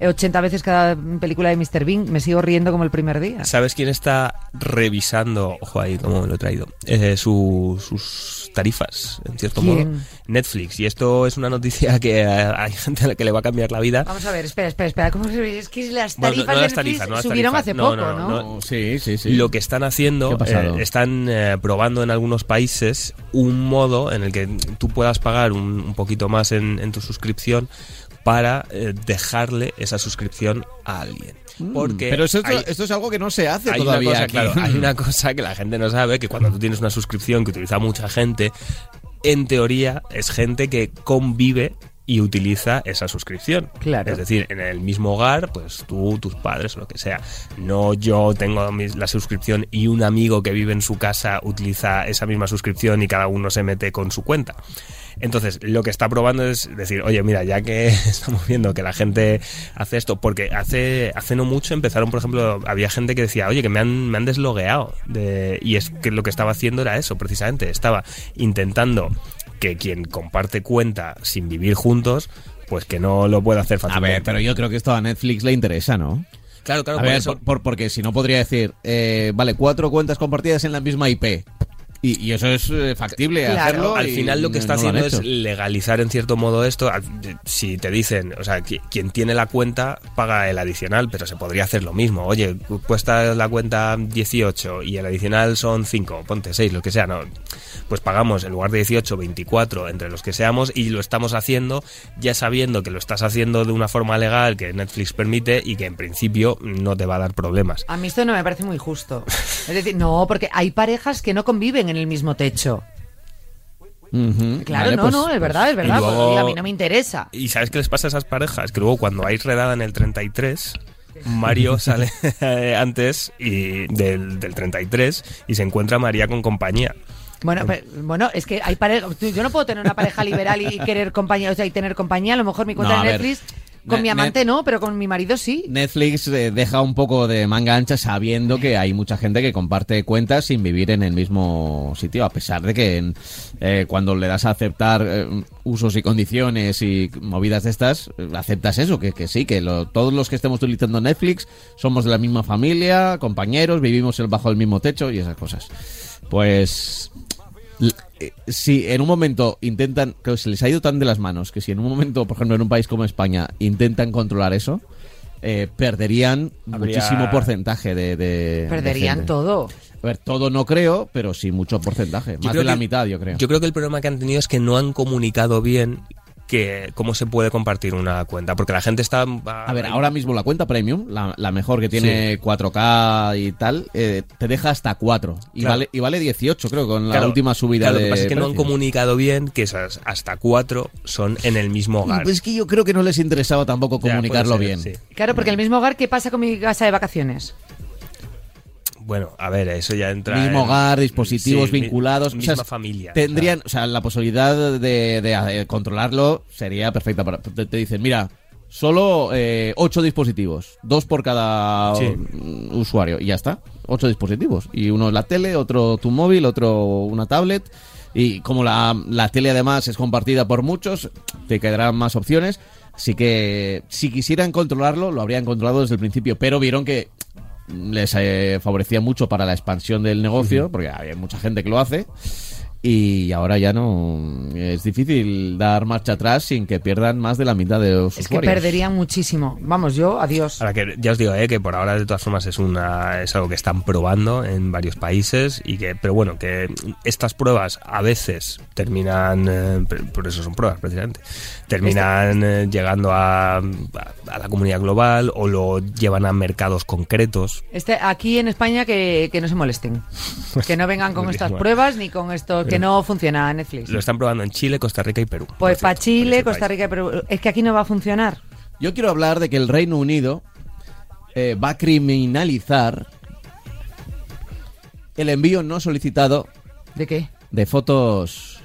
[SPEAKER 3] eh, 80 veces cada película de Mr. Bean. Me sigo riendo como el primer día.
[SPEAKER 5] Ah. ¿Sabes quién está revisando, ojo ahí, cómo me lo he traído, Eh, su- sus tarifas, en cierto
[SPEAKER 3] ¿Quién?
[SPEAKER 5] modo? Netflix. Y esto es una noticia que eh, hay gente a la que le va a cambiar la vida.
[SPEAKER 3] Vamos a ver, espera, espera, espera. ¿Cómo se Es que las tarifas
[SPEAKER 5] Bueno, no- no
[SPEAKER 3] de
[SPEAKER 5] las
[SPEAKER 3] Netflix
[SPEAKER 5] tarifas, no las
[SPEAKER 3] subieron
[SPEAKER 5] tarifas.
[SPEAKER 3] hace
[SPEAKER 5] No,
[SPEAKER 3] poco,
[SPEAKER 5] no, no,
[SPEAKER 4] No, sí sí sí
[SPEAKER 5] Lo que están haciendo,
[SPEAKER 4] ¿Qué ha pasado?
[SPEAKER 5] eh, están eh, probando en algunos países un modo en el que tú puedas pagar un, un poquito más en, en tu suscripción para eh, dejarle esa suscripción a alguien. Porque
[SPEAKER 4] pero esto,
[SPEAKER 5] hay-
[SPEAKER 4] esto es algo que no se hace
[SPEAKER 5] hay
[SPEAKER 4] todavía
[SPEAKER 5] Una cosa,
[SPEAKER 4] aquí.
[SPEAKER 5] claro, hay una cosa que la gente no sabe, que cuando tú tienes una suscripción que utiliza mucha gente, en teoría es gente que convive y utiliza esa suscripción.
[SPEAKER 3] Claro.
[SPEAKER 5] Es decir, en el mismo hogar, pues tú, tus padres, lo que sea. No yo tengo mis- la suscripción y un amigo que vive en su casa utiliza esa misma suscripción y cada uno se mete con su cuenta. Entonces, lo que está probando es decir, oye, mira, ya que estamos viendo que la gente hace esto, porque hace, hace no mucho empezaron, por ejemplo, había gente que decía, oye, que me han, me han deslogueado. de- y es que lo que estaba haciendo era eso, precisamente. Estaba intentando que quien comparte cuenta sin vivir juntos, pues que no lo pueda hacer
[SPEAKER 4] a
[SPEAKER 5] fácilmente.
[SPEAKER 4] ver pero yo creo que esto a Netflix le interesa no
[SPEAKER 5] Claro, claro,
[SPEAKER 4] A
[SPEAKER 5] por
[SPEAKER 4] ver,
[SPEAKER 5] eso-
[SPEAKER 4] por- por- porque si no podría decir, eh, vale, cuatro cuentas compartidas en la misma IP. Y, y eso es eh, factible
[SPEAKER 3] Claro.
[SPEAKER 4] hacerlo.
[SPEAKER 5] Al
[SPEAKER 4] y
[SPEAKER 5] final lo que
[SPEAKER 4] no-
[SPEAKER 5] está
[SPEAKER 4] no han
[SPEAKER 5] haciendo es
[SPEAKER 4] hecho.
[SPEAKER 5] legalizar en cierto modo esto. Al- Si te dicen, o sea, qui- quien tiene la cuenta paga el adicional, pero se podría hacer lo mismo. Oye, cu- cuesta la cuenta 18 y el adicional son 5, ponte 6, lo que sea, no. Pues pagamos en lugar de 18, 24 entre los que seamos y lo estamos haciendo ya sabiendo que lo estás haciendo de una forma legal que Netflix permite y que en principio no te va a dar problemas.
[SPEAKER 3] A mí esto no me parece muy justo. Es decir, no, porque hay parejas que no conviven en el mismo techo.
[SPEAKER 4] Ujú.
[SPEAKER 3] Claro,
[SPEAKER 4] Vale,
[SPEAKER 3] no,
[SPEAKER 4] pues-
[SPEAKER 3] no, es verdad, es
[SPEAKER 5] y
[SPEAKER 3] verdad.
[SPEAKER 5] luego-
[SPEAKER 3] pues, oye, a mí no me interesa.
[SPEAKER 5] ¿Y sabes qué les pasa a esas parejas? Que luego cuando hay redada en el 33, Mario sale eh, antes y del, del 33 y se encuentra María con compañía.
[SPEAKER 4] Em.
[SPEAKER 3] Bueno, pero- bueno, es que hay pareja. Yo no puedo tener una pareja liberal y querer compañía, o sea, y tener compañía. A lo mejor mi cuenta
[SPEAKER 4] No, a
[SPEAKER 3] de
[SPEAKER 4] ver.
[SPEAKER 3] Netflix con
[SPEAKER 4] Ne-
[SPEAKER 3] mi amante
[SPEAKER 4] net-
[SPEAKER 3] no, pero con mi marido sí.
[SPEAKER 4] Netflix eh, deja un poco de manga ancha sabiendo que hay mucha gente que comparte cuentas sin vivir en el mismo sitio, a pesar de que en, eh, cuando le das a aceptar eh, usos y condiciones y movidas de estas, eh, aceptas eso, que, que sí, que lo- todos los que estemos utilizando Netflix somos de la misma familia, compañeros, vivimos el- bajo el mismo techo y esas cosas. Pues L- eh, si en un momento intentan, creo que se les ha ido tan de las manos que si en un momento, por ejemplo, en un país como España intentan controlar eso, eh, perderían
[SPEAKER 5] Habría-
[SPEAKER 4] muchísimo porcentaje de, de- de
[SPEAKER 3] Perderían
[SPEAKER 4] gente.
[SPEAKER 3] todo.
[SPEAKER 4] A ver, todo no creo, pero sí mucho porcentaje, más de
[SPEAKER 5] creo
[SPEAKER 4] la
[SPEAKER 5] que-
[SPEAKER 4] mitad, yo creo.
[SPEAKER 5] Yo creo que el problema que han tenido es que no han comunicado bien que cómo se puede compartir una cuenta, porque la gente está... ah,
[SPEAKER 4] A ver, ahora mismo la cuenta premium, la, la mejor que tiene 4K y tal, eh, te deja hasta 4 y
[SPEAKER 5] Claro.
[SPEAKER 4] vale y vale 18 creo con la
[SPEAKER 5] Claro,
[SPEAKER 4] última subida
[SPEAKER 5] claro, lo
[SPEAKER 4] de
[SPEAKER 5] que pasa es que no han
[SPEAKER 4] precios.
[SPEAKER 5] comunicado bien que esas hasta cuatro son en el mismo hogar.
[SPEAKER 4] Pues Es que yo creo que no les interesaba tampoco
[SPEAKER 5] Ya, puede
[SPEAKER 4] comunicarlo
[SPEAKER 5] ser,
[SPEAKER 4] bien.
[SPEAKER 5] sí.
[SPEAKER 3] Claro, porque el mismo hogar, ¿qué pasa con mi casa de vacaciones?
[SPEAKER 5] Bueno, a ver, eso ya entra.
[SPEAKER 4] mismo
[SPEAKER 5] en-
[SPEAKER 4] hogar, dispositivos
[SPEAKER 5] Sí, mi-
[SPEAKER 4] vinculados, o
[SPEAKER 5] Misma
[SPEAKER 4] sea,
[SPEAKER 5] familia.
[SPEAKER 4] Tendrían, o sea, la posibilidad de, de, eh, controlarlo sería perfecta. Para, te, te dicen, mira, solo eh, ocho dispositivos, dos por cada
[SPEAKER 5] Sí.
[SPEAKER 4] mm, usuario y ya está, ocho dispositivos y uno la tele, otro tu móvil, otro una tablet. Y como la, la tele además es compartida por muchos, te quedarán más opciones. Así que si quisieran controlarlo, lo habrían controlado desde el principio, pero vieron que les eh, favorecía mucho para la expansión del negocio, porque hay mucha gente que lo hace. Y ahora ya no. Es difícil dar marcha atrás sin que pierdan más de la mitad de los
[SPEAKER 3] Es que
[SPEAKER 4] usuarios.
[SPEAKER 3] perderían muchísimo. Vamos, yo, adiós.
[SPEAKER 5] Ahora que ya os digo eh, que por ahora de todas formas es una es algo que están probando en varios países y que pero bueno que estas pruebas a veces terminan eh, per- por eso son pruebas precisamente terminan
[SPEAKER 4] Este-
[SPEAKER 5] eh, llegando a, a- a la comunidad global o lo llevan a mercados concretos
[SPEAKER 3] Este, aquí en España que, que no se molesten. Que no vengan con
[SPEAKER 5] Muy bien,
[SPEAKER 3] estas
[SPEAKER 5] bueno.
[SPEAKER 3] pruebas ni con esto. Que no funciona Netflix.
[SPEAKER 5] lo están probando en Chile Costa Rica y Perú por
[SPEAKER 3] Pues
[SPEAKER 5] cierto,
[SPEAKER 3] para Chile,
[SPEAKER 5] que
[SPEAKER 3] Costa
[SPEAKER 5] sepáis.
[SPEAKER 3] Rica, pero es que aquí no va a funcionar.
[SPEAKER 4] Yo quiero hablar de que el Reino Unido eh, va a criminalizar el envío no solicitado
[SPEAKER 3] ¿De qué?
[SPEAKER 4] de fotos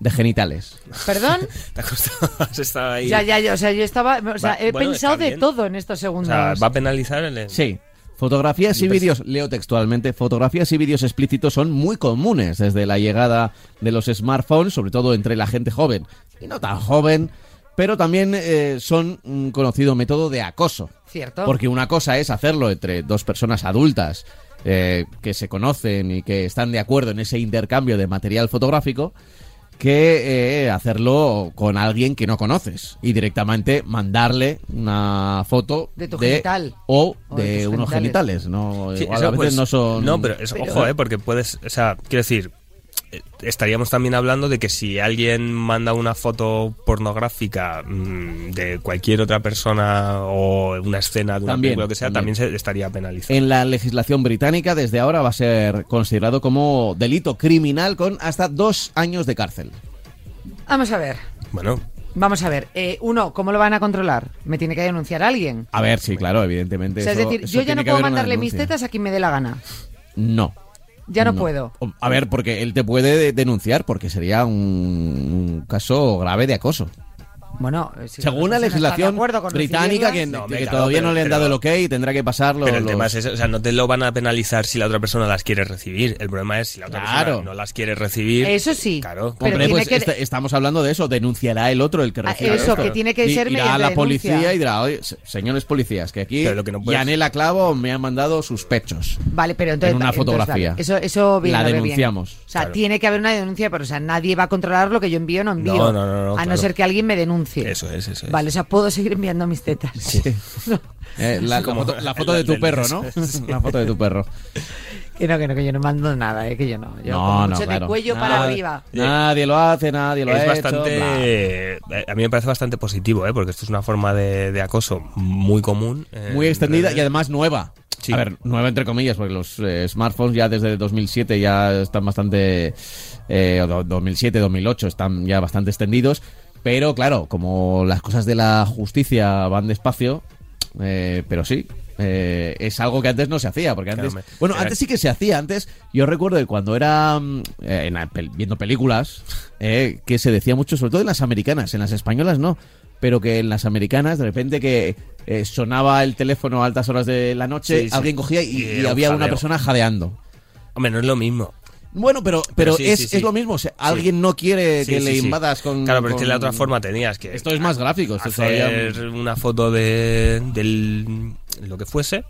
[SPEAKER 4] de genitales.
[SPEAKER 3] ¿Perdón?
[SPEAKER 5] Te ha costado- has estado ahí
[SPEAKER 3] ya, ya, ya, o sea, yo estaba, o sea,
[SPEAKER 5] Va-
[SPEAKER 3] he
[SPEAKER 5] bueno,
[SPEAKER 3] pensado
[SPEAKER 5] está
[SPEAKER 3] de
[SPEAKER 5] bien.
[SPEAKER 3] todo en estos
[SPEAKER 5] o
[SPEAKER 3] segundos.
[SPEAKER 5] sea, va a penalizar el
[SPEAKER 4] Sí. Fotografías y vídeos, leo textualmente, fotografías y vídeos explícitos son muy comunes desde la llegada de los smartphones, sobre todo entre la gente joven y no tan joven, pero también eh, son un conocido método de acoso.
[SPEAKER 3] Cierto.
[SPEAKER 4] Porque una cosa es hacerlo entre dos personas adultas eh, que se conocen y que están de acuerdo en ese intercambio de material fotográfico que eh, hacerlo con alguien que no conoces y directamente mandarle una foto
[SPEAKER 3] De tu genital.
[SPEAKER 4] o,
[SPEAKER 3] O
[SPEAKER 4] de,
[SPEAKER 3] de tus
[SPEAKER 4] unos
[SPEAKER 3] genitales.
[SPEAKER 4] genitales, no
[SPEAKER 5] Sí,
[SPEAKER 4] Igual
[SPEAKER 5] eso,
[SPEAKER 4] a veces
[SPEAKER 5] pues,
[SPEAKER 4] no son
[SPEAKER 5] No, pero, eso, ojo, eh, porque puedes. O sea, quiero decir. eh, Estaríamos también hablando de que si alguien manda una foto pornográfica mm, de cualquier otra persona o una escena de una
[SPEAKER 4] También,
[SPEAKER 5] película o lo que sea,
[SPEAKER 4] también.
[SPEAKER 5] también, se estaría penalizado.
[SPEAKER 4] En la legislación británica, desde ahora va a ser considerado como delito criminal con hasta dos años de cárcel.
[SPEAKER 3] Vamos a ver,
[SPEAKER 5] Bueno,
[SPEAKER 3] vamos a ver. Eh, uno, ¿cómo lo van a controlar? Me tiene que denunciar alguien.
[SPEAKER 4] A ver, sí, claro, evidentemente.
[SPEAKER 3] O sea, es
[SPEAKER 4] eso-
[SPEAKER 3] decir,
[SPEAKER 4] eso
[SPEAKER 3] yo ya
[SPEAKER 4] tiene
[SPEAKER 3] no
[SPEAKER 4] que
[SPEAKER 3] puedo
[SPEAKER 4] haber una
[SPEAKER 3] mandarle mis
[SPEAKER 4] denuncia.
[SPEAKER 3] tetas a quien me dé la gana.
[SPEAKER 4] No.
[SPEAKER 3] Ya no, puedo.
[SPEAKER 4] O- A ver, porque él te puede de- denunciar porque sería un, un caso grave de acoso.
[SPEAKER 3] Bueno, eh, si no
[SPEAKER 4] Según la
[SPEAKER 3] está de
[SPEAKER 4] legislación
[SPEAKER 3] acuerdo con
[SPEAKER 4] británica,
[SPEAKER 3] recibirlas,
[SPEAKER 4] que,
[SPEAKER 5] No,
[SPEAKER 4] que
[SPEAKER 5] venga,
[SPEAKER 4] todavía
[SPEAKER 5] no,
[SPEAKER 4] no le han
[SPEAKER 5] pero-
[SPEAKER 4] dado el ok y tendrá que pasarlo.
[SPEAKER 5] Pero el
[SPEAKER 4] los-
[SPEAKER 5] tema es ese, o sea, no te lo van a penalizar si la otra persona las quiere recibir. El problema es si la otra
[SPEAKER 4] Claro.
[SPEAKER 5] persona no las quiere recibir.
[SPEAKER 3] Eso sí.
[SPEAKER 5] Claro.
[SPEAKER 3] Pero
[SPEAKER 4] Hombre,
[SPEAKER 3] tiene
[SPEAKER 4] pues
[SPEAKER 3] que-
[SPEAKER 4] esta- estamos hablando de eso. Denunciará el otro el que
[SPEAKER 3] Ah,
[SPEAKER 4] recibe.
[SPEAKER 3] eso,
[SPEAKER 4] esto.
[SPEAKER 3] que tiene que
[SPEAKER 4] Y-
[SPEAKER 3] ser
[SPEAKER 4] Irá a
[SPEAKER 3] mediante
[SPEAKER 4] la
[SPEAKER 3] denuncia.
[SPEAKER 4] policía y dirá, oye, se- señores policías, que aquí
[SPEAKER 5] Pero lo que no puedes-
[SPEAKER 4] Yanela Clavo me ha mandado sus pechos.
[SPEAKER 3] Vale, pero entonces.
[SPEAKER 4] en una
[SPEAKER 3] entonces, vale,
[SPEAKER 4] fotografía.
[SPEAKER 3] eso, eso bien,
[SPEAKER 4] La
[SPEAKER 3] lo veo bien.
[SPEAKER 4] denunciamos.
[SPEAKER 3] O sea,
[SPEAKER 5] Claro.
[SPEAKER 3] tiene que haber una denuncia, pero o sea, nadie va a controlar lo que yo envío o no envío.
[SPEAKER 5] No, no, no, no,
[SPEAKER 3] a no
[SPEAKER 5] claro.
[SPEAKER 3] ser que alguien me denuncie.
[SPEAKER 5] Eso es, eso es.
[SPEAKER 3] Vale, o sea, puedo seguir enviando mis tetas.
[SPEAKER 4] Eh, la, la
[SPEAKER 5] Como-
[SPEAKER 4] foto, la foto de tu perro, ¿no? la foto de tu perro.
[SPEAKER 3] Que no, que no, que yo no mando nada, eh, que yo no. Yo
[SPEAKER 4] no,
[SPEAKER 3] como
[SPEAKER 4] no,
[SPEAKER 3] mucho de
[SPEAKER 4] claro.
[SPEAKER 3] cuello para
[SPEAKER 4] Nadie-
[SPEAKER 3] arriba.
[SPEAKER 4] Nadie lo hace, nadie lo
[SPEAKER 5] es
[SPEAKER 4] ha hecho, bla.
[SPEAKER 5] bastante. eh, A mí me parece bastante positivo, ¿eh? porque esto es una forma de, de acoso muy común. eh,
[SPEAKER 4] muy
[SPEAKER 5] en
[SPEAKER 4] extendida
[SPEAKER 5] redes.
[SPEAKER 4] y además nueva.
[SPEAKER 5] Sí.
[SPEAKER 4] A ver, nueva entre comillas, porque los eh, smartphones ya desde 2007 ya están bastante... eh, o do- 2007, 2008 están ya bastante extendidos. Pero claro, como las cosas de la justicia van despacio, eh, pero sí. eh, es algo que antes no se hacía, porque antes...
[SPEAKER 5] Claro, me-
[SPEAKER 4] bueno,
[SPEAKER 5] era-
[SPEAKER 4] antes sí que se hacía, antes yo recuerdo que cuando era mm, eh, en la pel- viendo películas, eh, que se decía mucho, sobre todo en las americanas, en las españolas no, pero que en las americanas de repente que eh, sonaba el teléfono a altas horas de la noche,
[SPEAKER 5] Sí, sí.
[SPEAKER 4] alguien cogía y,
[SPEAKER 5] Y
[SPEAKER 4] y
[SPEAKER 5] era un
[SPEAKER 4] había una
[SPEAKER 5] jaleo.
[SPEAKER 4] persona jadeando.
[SPEAKER 5] Hombre, no es lo mismo.
[SPEAKER 4] Bueno, pero, pero,
[SPEAKER 5] Pero sí,
[SPEAKER 4] es,
[SPEAKER 5] sí, sí.
[SPEAKER 4] es lo mismo, o sea, alguien no quiere
[SPEAKER 5] Sí,
[SPEAKER 4] que
[SPEAKER 5] sí,
[SPEAKER 4] le
[SPEAKER 5] sí.
[SPEAKER 4] invadas con...
[SPEAKER 5] Claro, pero es que
[SPEAKER 4] con-
[SPEAKER 5] la otra forma tenías que.
[SPEAKER 4] Esto es más gráfico, esto
[SPEAKER 5] hacer
[SPEAKER 4] todavía-
[SPEAKER 5] una foto de del, lo que fuese,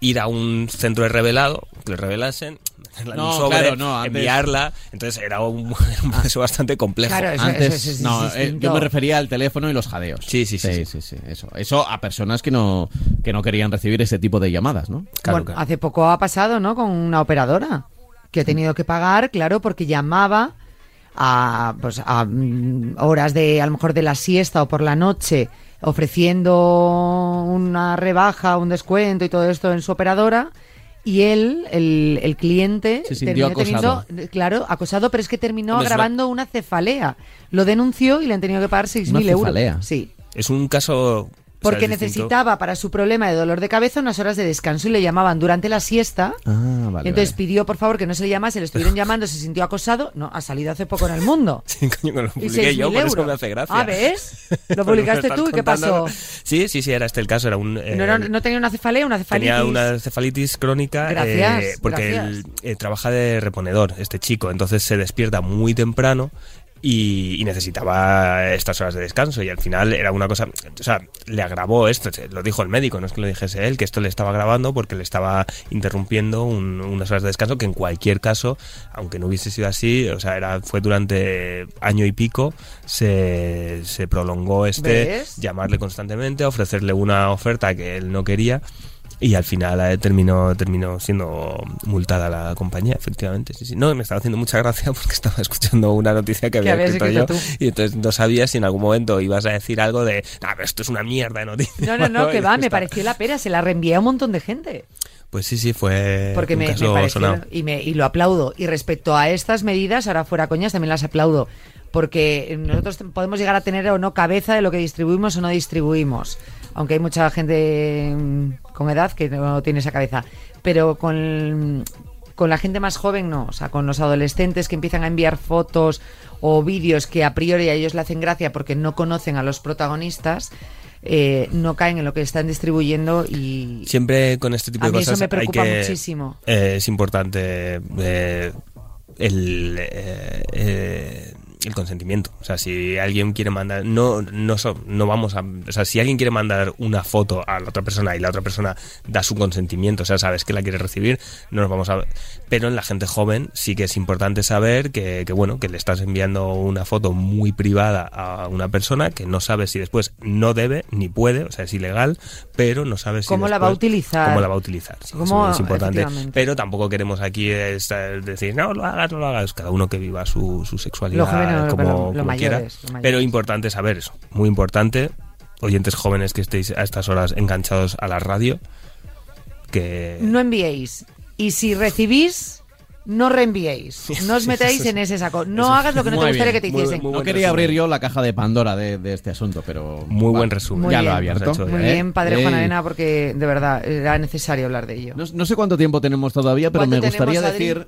[SPEAKER 5] ir a un centro de revelado, que lo revelasen, meterla en
[SPEAKER 4] No,
[SPEAKER 5] un sobre,
[SPEAKER 4] claro, no, antes- Ah.
[SPEAKER 5] enviarla. Entonces era un, era un proceso bastante complejo.
[SPEAKER 3] Claro, eso,
[SPEAKER 4] Antes,
[SPEAKER 3] eso, eso es
[SPEAKER 4] no, eh,
[SPEAKER 3] distinto.
[SPEAKER 4] yo me refería al teléfono y los jadeos.
[SPEAKER 5] Sí, sí, sí,
[SPEAKER 4] sí, sí, Eso, eso a personas que no, que no querían recibir ese tipo de llamadas, ¿no?
[SPEAKER 5] Claro,
[SPEAKER 3] Bueno,
[SPEAKER 5] claro.
[SPEAKER 3] hace poco ha pasado, ¿no? Con una operadora que ha tenido que pagar, claro, porque llamaba a, pues, a mm, horas de, a lo mejor de la siesta o por la noche, ofreciendo una rebaja, un descuento y todo esto en su operadora. Y él, el, el cliente,
[SPEAKER 4] Se sintió acosado.
[SPEAKER 3] teniendo- claro, acosado, pero es que terminó
[SPEAKER 5] Hombre, es una-
[SPEAKER 3] grabando una... cefalea. Lo denunció y le han tenido que pagar 6.000 euros.
[SPEAKER 4] cefalea?
[SPEAKER 3] Sí.
[SPEAKER 5] Es un caso. o sea,
[SPEAKER 3] Porque
[SPEAKER 5] es distinto.
[SPEAKER 3] necesitaba para su problema de dolor de cabeza unas horas de descanso y le llamaban durante la siesta.
[SPEAKER 4] Ah, vale.
[SPEAKER 3] Entonces
[SPEAKER 4] vale.
[SPEAKER 3] pidió por favor que no se le llamase, le estuvieron llamando, se sintió acosado. No, ha salido hace poco en el mundo.
[SPEAKER 5] Sí, coño, que lo
[SPEAKER 3] Y
[SPEAKER 5] publiqué yo,
[SPEAKER 3] 6.000
[SPEAKER 5] por eso
[SPEAKER 3] euros.
[SPEAKER 5] me hace gracia.
[SPEAKER 3] Ah, ¿ves? Lo
[SPEAKER 5] Pero
[SPEAKER 3] publicaste
[SPEAKER 5] me
[SPEAKER 3] tú,
[SPEAKER 5] estás
[SPEAKER 3] ¿y qué
[SPEAKER 5] contando-
[SPEAKER 3] pasó?
[SPEAKER 5] Sí, sí, sí, era este el caso. Era un, eh,
[SPEAKER 3] No, era- no tenía una cefalea, una cefalitis.
[SPEAKER 5] Tenía una cefalitis crónica
[SPEAKER 3] Gracias,
[SPEAKER 5] eh, porque
[SPEAKER 3] gracias.
[SPEAKER 5] él eh, trabaja de reponedor, este chico, entonces se despierta muy temprano y, y necesitaba estas horas de descanso y al final era una cosa, o sea, le agravó esto, se- lo dijo el médico, no es que lo dijese él, que esto le estaba agravando porque le estaba interrumpiendo un- unas horas de descanso que en cualquier caso, aunque no hubiese sido así, o sea, era, fue durante año y pico, se, se prolongó este
[SPEAKER 3] ¿Ves?
[SPEAKER 5] llamarle constantemente, ofrecerle una oferta que él no quería y al final eh, terminó, terminó siendo multada la compañía, efectivamente. Sí, sí. No, me estaba haciendo mucha gracia porque estaba escuchando una noticia que había
[SPEAKER 3] habías
[SPEAKER 5] escrito yo
[SPEAKER 3] escrito tú.
[SPEAKER 5] y entonces no sabía si en algún momento ibas a decir algo de, ah, pero esto es una mierda de noticia.
[SPEAKER 3] No, no, no, que
[SPEAKER 5] Y
[SPEAKER 3] va, me
[SPEAKER 5] está.
[SPEAKER 3] pareció la pera, se la reenvié a un montón de gente.
[SPEAKER 5] Pues sí, sí, fue
[SPEAKER 3] Porque
[SPEAKER 5] un
[SPEAKER 3] me, me
[SPEAKER 5] caso sonado.
[SPEAKER 3] pareció, y, me- y lo aplaudo. Y respecto a estas medidas, ahora fuera coñas, también las aplaudo. Porque nosotros podemos llegar a tener o no cabeza de lo que distribuimos o no distribuimos. Aunque hay mucha gente mm, con edad que no tiene esa cabeza. Pero con, con la gente más joven no. O sea, con los adolescentes que empiezan a enviar fotos o vídeos que a priori a ellos le hacen gracia porque no conocen a los protagonistas, eh, no caen en lo que están distribuyendo y...
[SPEAKER 5] Siempre con este tipo
[SPEAKER 3] A
[SPEAKER 5] de
[SPEAKER 3] mí eso
[SPEAKER 5] cosas
[SPEAKER 3] me
[SPEAKER 5] hay
[SPEAKER 3] preocupa
[SPEAKER 5] que-
[SPEAKER 3] muchísimo.
[SPEAKER 5] eh, es importante eh, el, eh, eh, el consentimiento. O sea, si alguien quiere mandar. No, no, so- no vamos a. O sea, si alguien quiere mandar una foto a la otra persona y la otra persona da su consentimiento, o sea, sabes que la quiere recibir, no nos vamos a. Pero en la gente joven sí que es importante saber que, que, bueno, que le estás enviando una foto muy privada a una persona que no sabe si después no debe ni puede, o sea, es ilegal, pero no sabe si.
[SPEAKER 3] ¿Cómo la va a
[SPEAKER 5] después-
[SPEAKER 3] utilizar?
[SPEAKER 5] ¿Cómo la va a utilizar? Sí,
[SPEAKER 3] ¿Cómo?
[SPEAKER 5] eso es importante.
[SPEAKER 3] Efectivamente.
[SPEAKER 5] Pero tampoco queremos aquí estar- decir, no, lo hagas, no lo hagas. Cada uno que viva su, su sexualidad eh,
[SPEAKER 3] Lo joven, no,
[SPEAKER 5] como,
[SPEAKER 3] pero lo
[SPEAKER 5] como
[SPEAKER 3] mayores,
[SPEAKER 5] quiera.
[SPEAKER 3] lo mayores.
[SPEAKER 5] Pero importante saber eso. Muy importante, oyentes jóvenes que estéis a estas horas enganchados a la radio, que...
[SPEAKER 3] no enviéis. Y si recibís, no reenviéis. No os metáis en ese saco. No hagas lo que no te
[SPEAKER 4] Muy
[SPEAKER 3] gustaría que te
[SPEAKER 4] bien,
[SPEAKER 5] muy-
[SPEAKER 3] hiciesen.
[SPEAKER 5] muy
[SPEAKER 4] No
[SPEAKER 5] buen
[SPEAKER 4] quería
[SPEAKER 5] resumen.
[SPEAKER 4] abrir yo la caja de Pandora de, de este asunto, pero...
[SPEAKER 5] Muy
[SPEAKER 4] va,
[SPEAKER 5] buen resumen.
[SPEAKER 3] Muy
[SPEAKER 4] Ya lo
[SPEAKER 3] bien. pues
[SPEAKER 4] he abierto.
[SPEAKER 5] Nos ha hecho
[SPEAKER 3] Muy
[SPEAKER 4] ¿eh?
[SPEAKER 3] bien, padre
[SPEAKER 4] Ey.
[SPEAKER 3] Juan Arena, porque de verdad era necesario hablar de ello.
[SPEAKER 4] No, no sé cuánto tiempo tenemos todavía, pero
[SPEAKER 3] ¿Cuánto
[SPEAKER 4] me gustaría
[SPEAKER 3] tenemos, Adri?
[SPEAKER 4] decir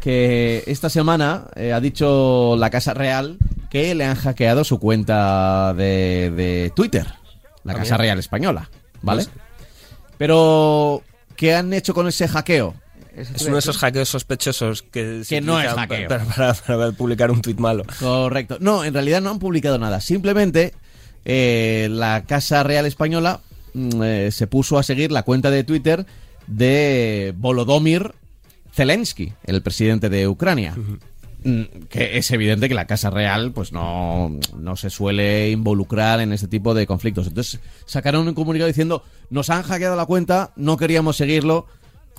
[SPEAKER 4] que esta semana eh, ha dicho la Casa Real que le han hackeado su cuenta de, de Twitter, la Casa Real Española, ¿vale? Pero, ¿qué han hecho con ese hackeo?
[SPEAKER 3] Eso
[SPEAKER 5] Es
[SPEAKER 3] te iba
[SPEAKER 5] uno
[SPEAKER 3] a
[SPEAKER 5] de
[SPEAKER 3] decir.
[SPEAKER 5] esos hackeos sospechosos que, se
[SPEAKER 4] Que no es
[SPEAKER 5] utilizan
[SPEAKER 4] hackeo.
[SPEAKER 5] Para, para- para publicar un tuit malo.
[SPEAKER 4] Correcto. No, en realidad no han publicado nada. Simplemente eh, la Casa Real Española mm, eh, se puso a seguir la cuenta de Twitter de Volodymyr Zelensky, el presidente de Ucrania. Mm, Que es evidente que la Casa Real pues no, no se suele involucrar en este tipo de conflictos. Entonces sacaron un comunicado diciendo, nos han hackeado la cuenta, no queríamos seguirlo,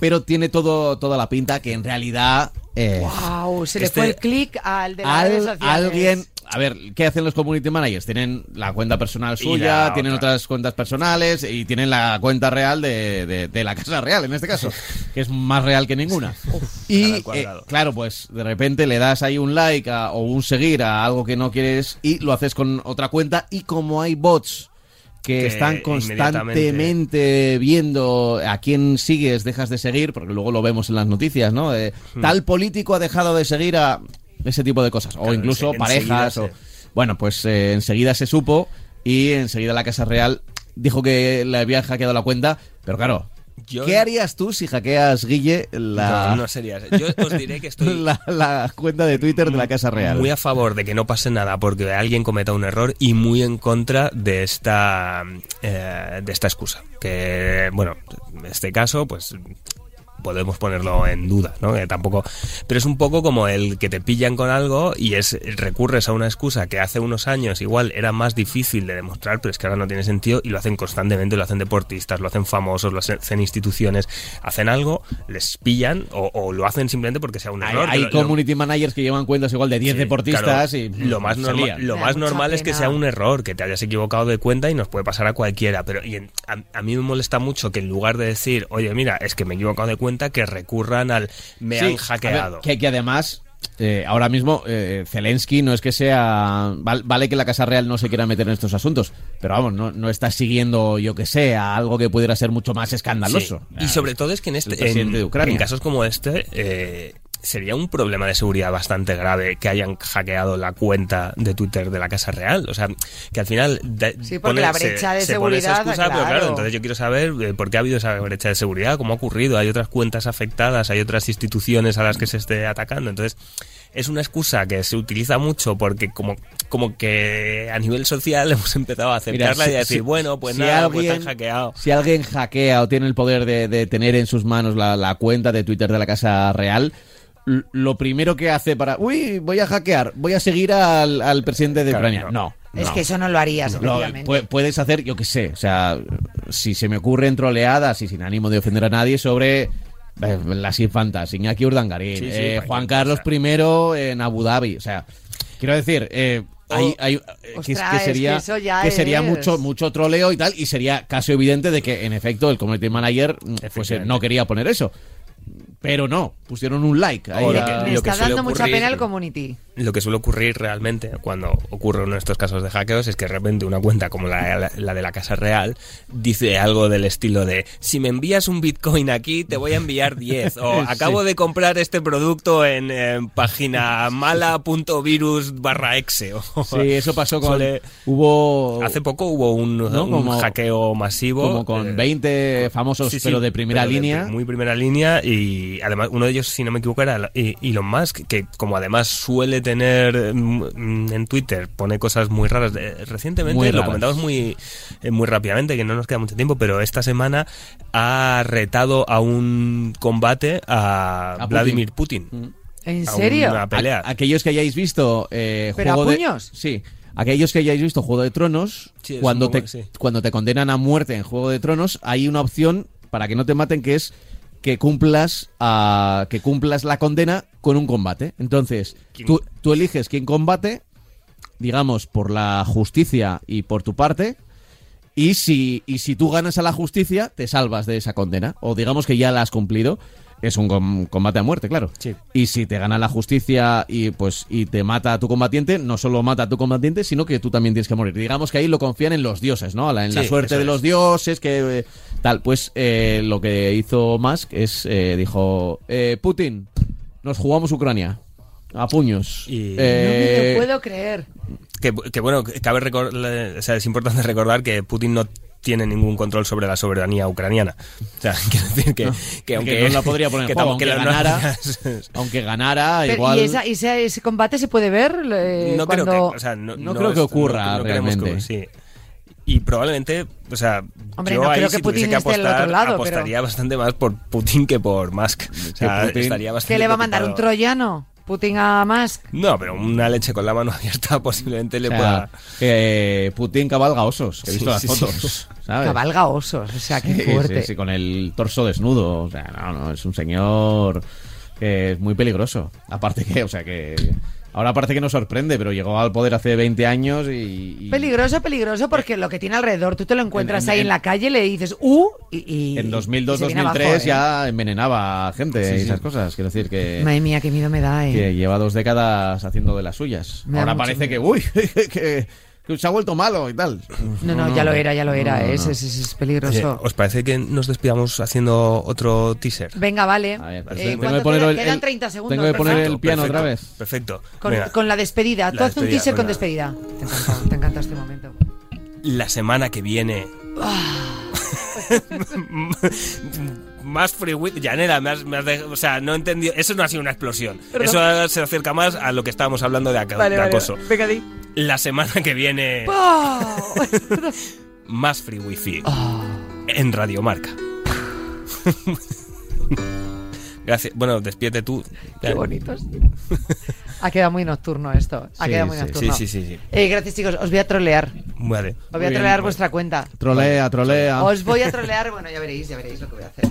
[SPEAKER 4] pero tiene todo, toda la pinta que en realidad... eh,
[SPEAKER 3] Guau, se
[SPEAKER 5] Este-
[SPEAKER 3] le fue el clic al de las
[SPEAKER 4] al-
[SPEAKER 3] redes sociales.
[SPEAKER 4] alguien. A ver, ¿qué hacen los community managers? Tienen la cuenta personal
[SPEAKER 5] Y
[SPEAKER 4] suya,
[SPEAKER 5] la
[SPEAKER 4] tienen
[SPEAKER 5] otra.
[SPEAKER 4] otras cuentas personales y tienen la cuenta real de, de- de la casa real, en este caso, que es más real que ninguna.
[SPEAKER 5] cara
[SPEAKER 4] Y
[SPEAKER 5] al cuadrado.
[SPEAKER 4] eh, claro, pues de repente le das ahí un like a- o un seguir a algo que no quieres y lo haces con otra cuenta y como hay bots que,
[SPEAKER 5] Que
[SPEAKER 4] están constantemente viendo a quién sigues, dejas de seguir, porque luego lo vemos en las noticias, ¿no? De,
[SPEAKER 5] Hmm.
[SPEAKER 4] tal político ha dejado de seguir a ese tipo de cosas, o
[SPEAKER 5] Claro,
[SPEAKER 4] incluso
[SPEAKER 5] ense-
[SPEAKER 4] parejas.
[SPEAKER 5] enseguida
[SPEAKER 4] o- Bueno, pues eh, enseguida se supo y enseguida la Casa Real dijo que le había hackeado la cuenta, pero claro,
[SPEAKER 5] Yo-
[SPEAKER 4] ¿qué harías tú si hackeas, Guille, la,
[SPEAKER 5] No, no sería. Yo os diré que estoy
[SPEAKER 4] la, la cuenta de Twitter de la Casa Real?
[SPEAKER 5] muy a favor de que no pase nada porque alguien cometa un error y muy en contra de esta eh, de esta excusa. Que bueno, en este caso, pues podemos ponerlo en duda, ¿no? Que tampoco, pero es un poco como el que te pillan con algo y es recurres a una excusa que hace unos años igual era más difícil de demostrar, pero es que ahora no tiene sentido y lo hacen constantemente, lo hacen deportistas, lo hacen famosos, lo hacen instituciones, hacen algo, les pillan o, o lo hacen simplemente porque sea un
[SPEAKER 4] Hay,
[SPEAKER 5] error. que
[SPEAKER 4] hay
[SPEAKER 5] lo- lo-
[SPEAKER 4] community managers que llevan cuentas igual de 10
[SPEAKER 5] Sí,
[SPEAKER 4] deportistas
[SPEAKER 5] claro,
[SPEAKER 4] y mm,
[SPEAKER 5] lo más
[SPEAKER 4] se
[SPEAKER 5] normal,
[SPEAKER 4] lían.
[SPEAKER 5] lo
[SPEAKER 3] Me da
[SPEAKER 5] más
[SPEAKER 3] mucha
[SPEAKER 5] normal es que
[SPEAKER 3] pena.
[SPEAKER 5] sea un error, que te hayas equivocado de cuenta y nos puede pasar a cualquiera. Pero y en- a, a mí me molesta mucho que en lugar de decir, oye, mira, es que me he equivocado de cuenta, que recurran al me
[SPEAKER 4] Sí,
[SPEAKER 5] han
[SPEAKER 4] a
[SPEAKER 5] hackeado.
[SPEAKER 4] ver, que, que además, eh, ahora mismo, eh, Zelensky no es que sea. val- vale que la Casa Real no se quiera meter en estos asuntos, pero vamos, no, no está siguiendo, yo que sé, a algo que pudiera ser mucho más escandaloso. Ah,
[SPEAKER 5] Sí. Y sobre todo es que en
[SPEAKER 4] El
[SPEAKER 5] este
[SPEAKER 4] presidente
[SPEAKER 5] en,
[SPEAKER 4] de Ucrania.
[SPEAKER 5] en casos como este eh, sería un problema de seguridad bastante grave que hayan hackeado la cuenta de Twitter de la Casa Real. O sea, que al final de-
[SPEAKER 3] Sí, porque la brecha de
[SPEAKER 5] se pone esa
[SPEAKER 3] seguridad,
[SPEAKER 5] excusa, pero
[SPEAKER 3] claro.
[SPEAKER 5] claro, entonces yo quiero saber eh, por qué ha habido esa brecha de seguridad, cómo ha ocurrido, hay otras cuentas afectadas, hay otras instituciones a las que se esté atacando. Entonces, es una excusa que se utiliza mucho porque como como que a nivel social hemos empezado a
[SPEAKER 4] Mira,
[SPEAKER 5] aceptarla y
[SPEAKER 4] si-
[SPEAKER 5] a decir,
[SPEAKER 4] si-
[SPEAKER 5] bueno, pues
[SPEAKER 4] si
[SPEAKER 5] nada, pues te han
[SPEAKER 4] alguien-
[SPEAKER 5] hackeado.
[SPEAKER 4] Si alguien hackea o tiene el poder de, de tener en sus manos la, la cuenta de Twitter de la Casa Real, l- lo primero que hace para. Uy, voy a hackear, voy a seguir al, al presidente de
[SPEAKER 5] Claro,
[SPEAKER 4] Ucrania. No.
[SPEAKER 3] Es
[SPEAKER 4] no.
[SPEAKER 3] que eso no lo harías,
[SPEAKER 4] Lo-
[SPEAKER 3] efectivamente.
[SPEAKER 4] pu- puedes hacer, yo qué sé, o sea, si se me ocurren troleadas y sin ánimo de ofender a nadie sobre eh, las infantas, Iñaki Urdangarín,
[SPEAKER 5] Sí, sí,
[SPEAKER 4] eh,
[SPEAKER 5] cualquier
[SPEAKER 4] Juan Carlos
[SPEAKER 5] cosa.
[SPEAKER 4] I en Abu Dhabi, o sea, quiero decir, eh, hay, hay- eh, que,
[SPEAKER 3] Ostras,
[SPEAKER 4] que
[SPEAKER 3] es que
[SPEAKER 4] sería,
[SPEAKER 3] eso ya
[SPEAKER 4] que sería
[SPEAKER 3] es.
[SPEAKER 4] mucho, mucho troleo y tal, y sería caso evidente de que en efecto el community manager mm, pues, eh, no quería poner eso. Pero no, pusieron un like. ahí
[SPEAKER 5] O lo
[SPEAKER 4] a-
[SPEAKER 5] que-
[SPEAKER 3] Me
[SPEAKER 5] lo
[SPEAKER 3] está
[SPEAKER 5] suele
[SPEAKER 3] dando mucha
[SPEAKER 5] ocurrir-
[SPEAKER 3] pena el community.
[SPEAKER 5] lo que suele ocurrir realmente cuando ocurre uno de estos casos de hackeos es que de repente una cuenta como la, la- la de la Casa Real dice algo del estilo de si me envías un bitcoin aquí te voy a enviar 10 o acabo de comprar este producto en, eh, página mala.virus barra exe o-
[SPEAKER 4] Sí, eso pasó con...
[SPEAKER 5] Suele-
[SPEAKER 4] Hubo...
[SPEAKER 5] hace poco hubo un,
[SPEAKER 4] ¿No?
[SPEAKER 5] un
[SPEAKER 4] Como-
[SPEAKER 5] hackeo masivo
[SPEAKER 4] como con
[SPEAKER 5] eh,
[SPEAKER 4] 20 famosos,
[SPEAKER 5] Sí, sí,
[SPEAKER 4] pero de primera
[SPEAKER 5] pero
[SPEAKER 4] línea.
[SPEAKER 5] pri- muy primera línea y además uno de ellos, si no me equivoco, era eh, Elon Musk, que como además suele tener mm, mm, en Twitter, pone cosas muy raras. Eh, Recientemente
[SPEAKER 4] Muy
[SPEAKER 5] lo
[SPEAKER 4] raras.
[SPEAKER 5] comentamos muy, eh, muy rápidamente, que no nos queda mucho tiempo, pero esta semana ha retado a un combate a,
[SPEAKER 4] A Putin.
[SPEAKER 5] Vladimir Putin.
[SPEAKER 3] ¿En
[SPEAKER 5] A
[SPEAKER 3] serio?
[SPEAKER 5] una pelea.
[SPEAKER 4] A- aquellos que hayáis visto eh,
[SPEAKER 3] ¿Pero
[SPEAKER 4] juego
[SPEAKER 3] a
[SPEAKER 4] de
[SPEAKER 3] puños?
[SPEAKER 4] sí, aquellos que hayáis visto Juego de Tronos,
[SPEAKER 5] Sí, es
[SPEAKER 4] cuando
[SPEAKER 5] un poco-
[SPEAKER 4] te
[SPEAKER 5] sí.
[SPEAKER 4] cuando te condenan a muerte en Juego de Tronos, hay una opción para que no te maten que es que cumplas ah, que cumplas la condena con un combate. Entonces,
[SPEAKER 5] ¿Quién-
[SPEAKER 4] tú, tú eliges quién combate, digamos por la justicia y por tu parte. Y si, y si tú ganas a la justicia, te salvas de esa condena. O digamos que ya la has cumplido. Es un com- combate a muerte, claro.
[SPEAKER 5] Sí.
[SPEAKER 4] Y si te gana la justicia y pues y te mata a tu combatiente, no solo mata a tu combatiente, sino que tú también tienes que morir. Digamos que ahí lo confían en los dioses, ¿no? A la- En la
[SPEAKER 5] Sí,
[SPEAKER 4] suerte
[SPEAKER 5] eso
[SPEAKER 4] de
[SPEAKER 5] es.
[SPEAKER 4] los dioses, que eh, tal. Pues eh, lo que hizo Musk es, eh, dijo, eh, Putin, nos jugamos Ucrania. A puños.
[SPEAKER 5] Y-
[SPEAKER 3] No me
[SPEAKER 4] Eh,
[SPEAKER 3] lo puedo creer.
[SPEAKER 5] Que, que, bueno, que cabe recor- le- o sea, es importante recordar que Putin no tiene ningún control sobre la soberanía ucraniana. O sea, quiero decir que, que
[SPEAKER 4] que
[SPEAKER 5] aunque
[SPEAKER 4] no la podría poner en juego,
[SPEAKER 5] tampoco-
[SPEAKER 4] aunque
[SPEAKER 5] no-
[SPEAKER 4] ganara. aunque ganara,
[SPEAKER 3] Pero,
[SPEAKER 4] igual.
[SPEAKER 3] ¿Y, esa- y ese, ese combate se puede ver? eh,
[SPEAKER 5] no
[SPEAKER 3] cuando...
[SPEAKER 5] creo que, o sea, no,
[SPEAKER 4] no creo que
[SPEAKER 5] es-
[SPEAKER 4] ocurra
[SPEAKER 5] queremos que-
[SPEAKER 4] realmente.
[SPEAKER 5] sí. Y probablemente, o sea,
[SPEAKER 3] Hombre,
[SPEAKER 5] yo
[SPEAKER 3] no
[SPEAKER 5] ahí
[SPEAKER 3] creo que
[SPEAKER 5] si tuviese
[SPEAKER 3] Putin
[SPEAKER 5] que
[SPEAKER 3] esté del
[SPEAKER 5] apostar,
[SPEAKER 3] otro lado, pero-
[SPEAKER 5] apostaría bastante más por Putin que por Musk. O sea,
[SPEAKER 4] Que Putin-
[SPEAKER 5] estaría bastante
[SPEAKER 3] ¿Qué le va a mandar? ¿Un
[SPEAKER 5] preocupado.
[SPEAKER 3] troyano? ¿Putin a Musk?
[SPEAKER 5] No, pero una leche con la mano abierta posiblemente le
[SPEAKER 4] o sea,
[SPEAKER 5] pueda...
[SPEAKER 4] que Putin cabalga osos. que He
[SPEAKER 5] Sí,
[SPEAKER 4] visto las
[SPEAKER 5] sí,
[SPEAKER 4] fotos.
[SPEAKER 5] sí.
[SPEAKER 4] ¿sabes?
[SPEAKER 3] Cabalga osos, o sea, qué
[SPEAKER 4] Sí,
[SPEAKER 3] fuerte.
[SPEAKER 4] sí, sí, con el torso desnudo. O sea, no, no, es un señor que es muy peligroso. Aparte que, o sea, que. Ahora aparte que nos sorprende, pero llegó al poder hace 20 años y. y-
[SPEAKER 3] Peligroso, peligroso, porque lo que tiene alrededor, tú te lo encuentras
[SPEAKER 4] Eh, en-
[SPEAKER 3] ahí en,
[SPEAKER 4] en-
[SPEAKER 3] la calle, le dices, uh, y... y-
[SPEAKER 4] En
[SPEAKER 3] y se
[SPEAKER 4] 2002-2003
[SPEAKER 3] viene abajo, ¿eh?
[SPEAKER 4] ya envenenaba a gente
[SPEAKER 5] Sí,
[SPEAKER 4] y
[SPEAKER 5] sí.
[SPEAKER 4] esas cosas. Quiero decir que.
[SPEAKER 3] Madre mía, qué miedo me da, eh.
[SPEAKER 4] que lleva dos décadas haciendo de las suyas.
[SPEAKER 3] Me da
[SPEAKER 4] Ahora
[SPEAKER 3] mucho
[SPEAKER 4] parece
[SPEAKER 3] miedo.
[SPEAKER 4] que, uy, que, que se ha vuelto malo y tal.
[SPEAKER 3] No, no, ya lo era, ya lo era,
[SPEAKER 4] No, no,
[SPEAKER 3] eh,
[SPEAKER 4] no.
[SPEAKER 3] ese- ese- ese es
[SPEAKER 5] Oye,
[SPEAKER 3] peligroso.
[SPEAKER 5] Eh, ¿Os parece que nos despidamos haciendo otro teaser?
[SPEAKER 3] Venga, vale.
[SPEAKER 4] A ver, pues,
[SPEAKER 3] Eh,
[SPEAKER 4] tengo que
[SPEAKER 3] ¿cuánto
[SPEAKER 4] poner
[SPEAKER 3] queda?
[SPEAKER 4] el-
[SPEAKER 3] Quedan
[SPEAKER 4] el-
[SPEAKER 3] 30 segundos.
[SPEAKER 4] tengo que poner
[SPEAKER 3] ¿verdad?
[SPEAKER 4] el piano otra vez.
[SPEAKER 5] Perfecto.
[SPEAKER 3] Con,
[SPEAKER 5] Venga,
[SPEAKER 3] con la despedida. Tú
[SPEAKER 5] La
[SPEAKER 3] haz un
[SPEAKER 5] despedida,
[SPEAKER 3] teaser con
[SPEAKER 5] venga.
[SPEAKER 3] despedida. Te encanta, te encanta este momento.
[SPEAKER 5] La semana que viene. más free week. Llanera, me has- me has dej- o sea, no he entendido. Eso no ha sido una explosión. Eso se acerca más a lo que estábamos hablando de, aca- de acoso.
[SPEAKER 3] Venga, di.
[SPEAKER 5] La semana que viene,
[SPEAKER 3] ¡Oh!
[SPEAKER 5] más free wifi en Radiomarca. Gracias. Bueno, despídete tú.
[SPEAKER 3] Qué bonito. sí. Ha quedado muy nocturno esto. Ha
[SPEAKER 4] Sí,
[SPEAKER 3] quedado muy
[SPEAKER 4] sí.
[SPEAKER 3] nocturno.
[SPEAKER 5] Sí, sí, sí, sí.
[SPEAKER 3] Eh, gracias, chicos. Os voy a trolear.
[SPEAKER 5] Vale.
[SPEAKER 3] Os voy a
[SPEAKER 4] bien, Ah.
[SPEAKER 3] trolear
[SPEAKER 4] bueno.
[SPEAKER 3] vuestra cuenta.
[SPEAKER 4] Trolea, trolea.
[SPEAKER 3] Os voy a trolear. Bueno, ya veréis, ya veréis lo que voy a hacer.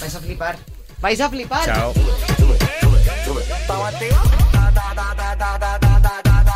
[SPEAKER 3] Vais a flipar. Vais a flipar.
[SPEAKER 5] Chao.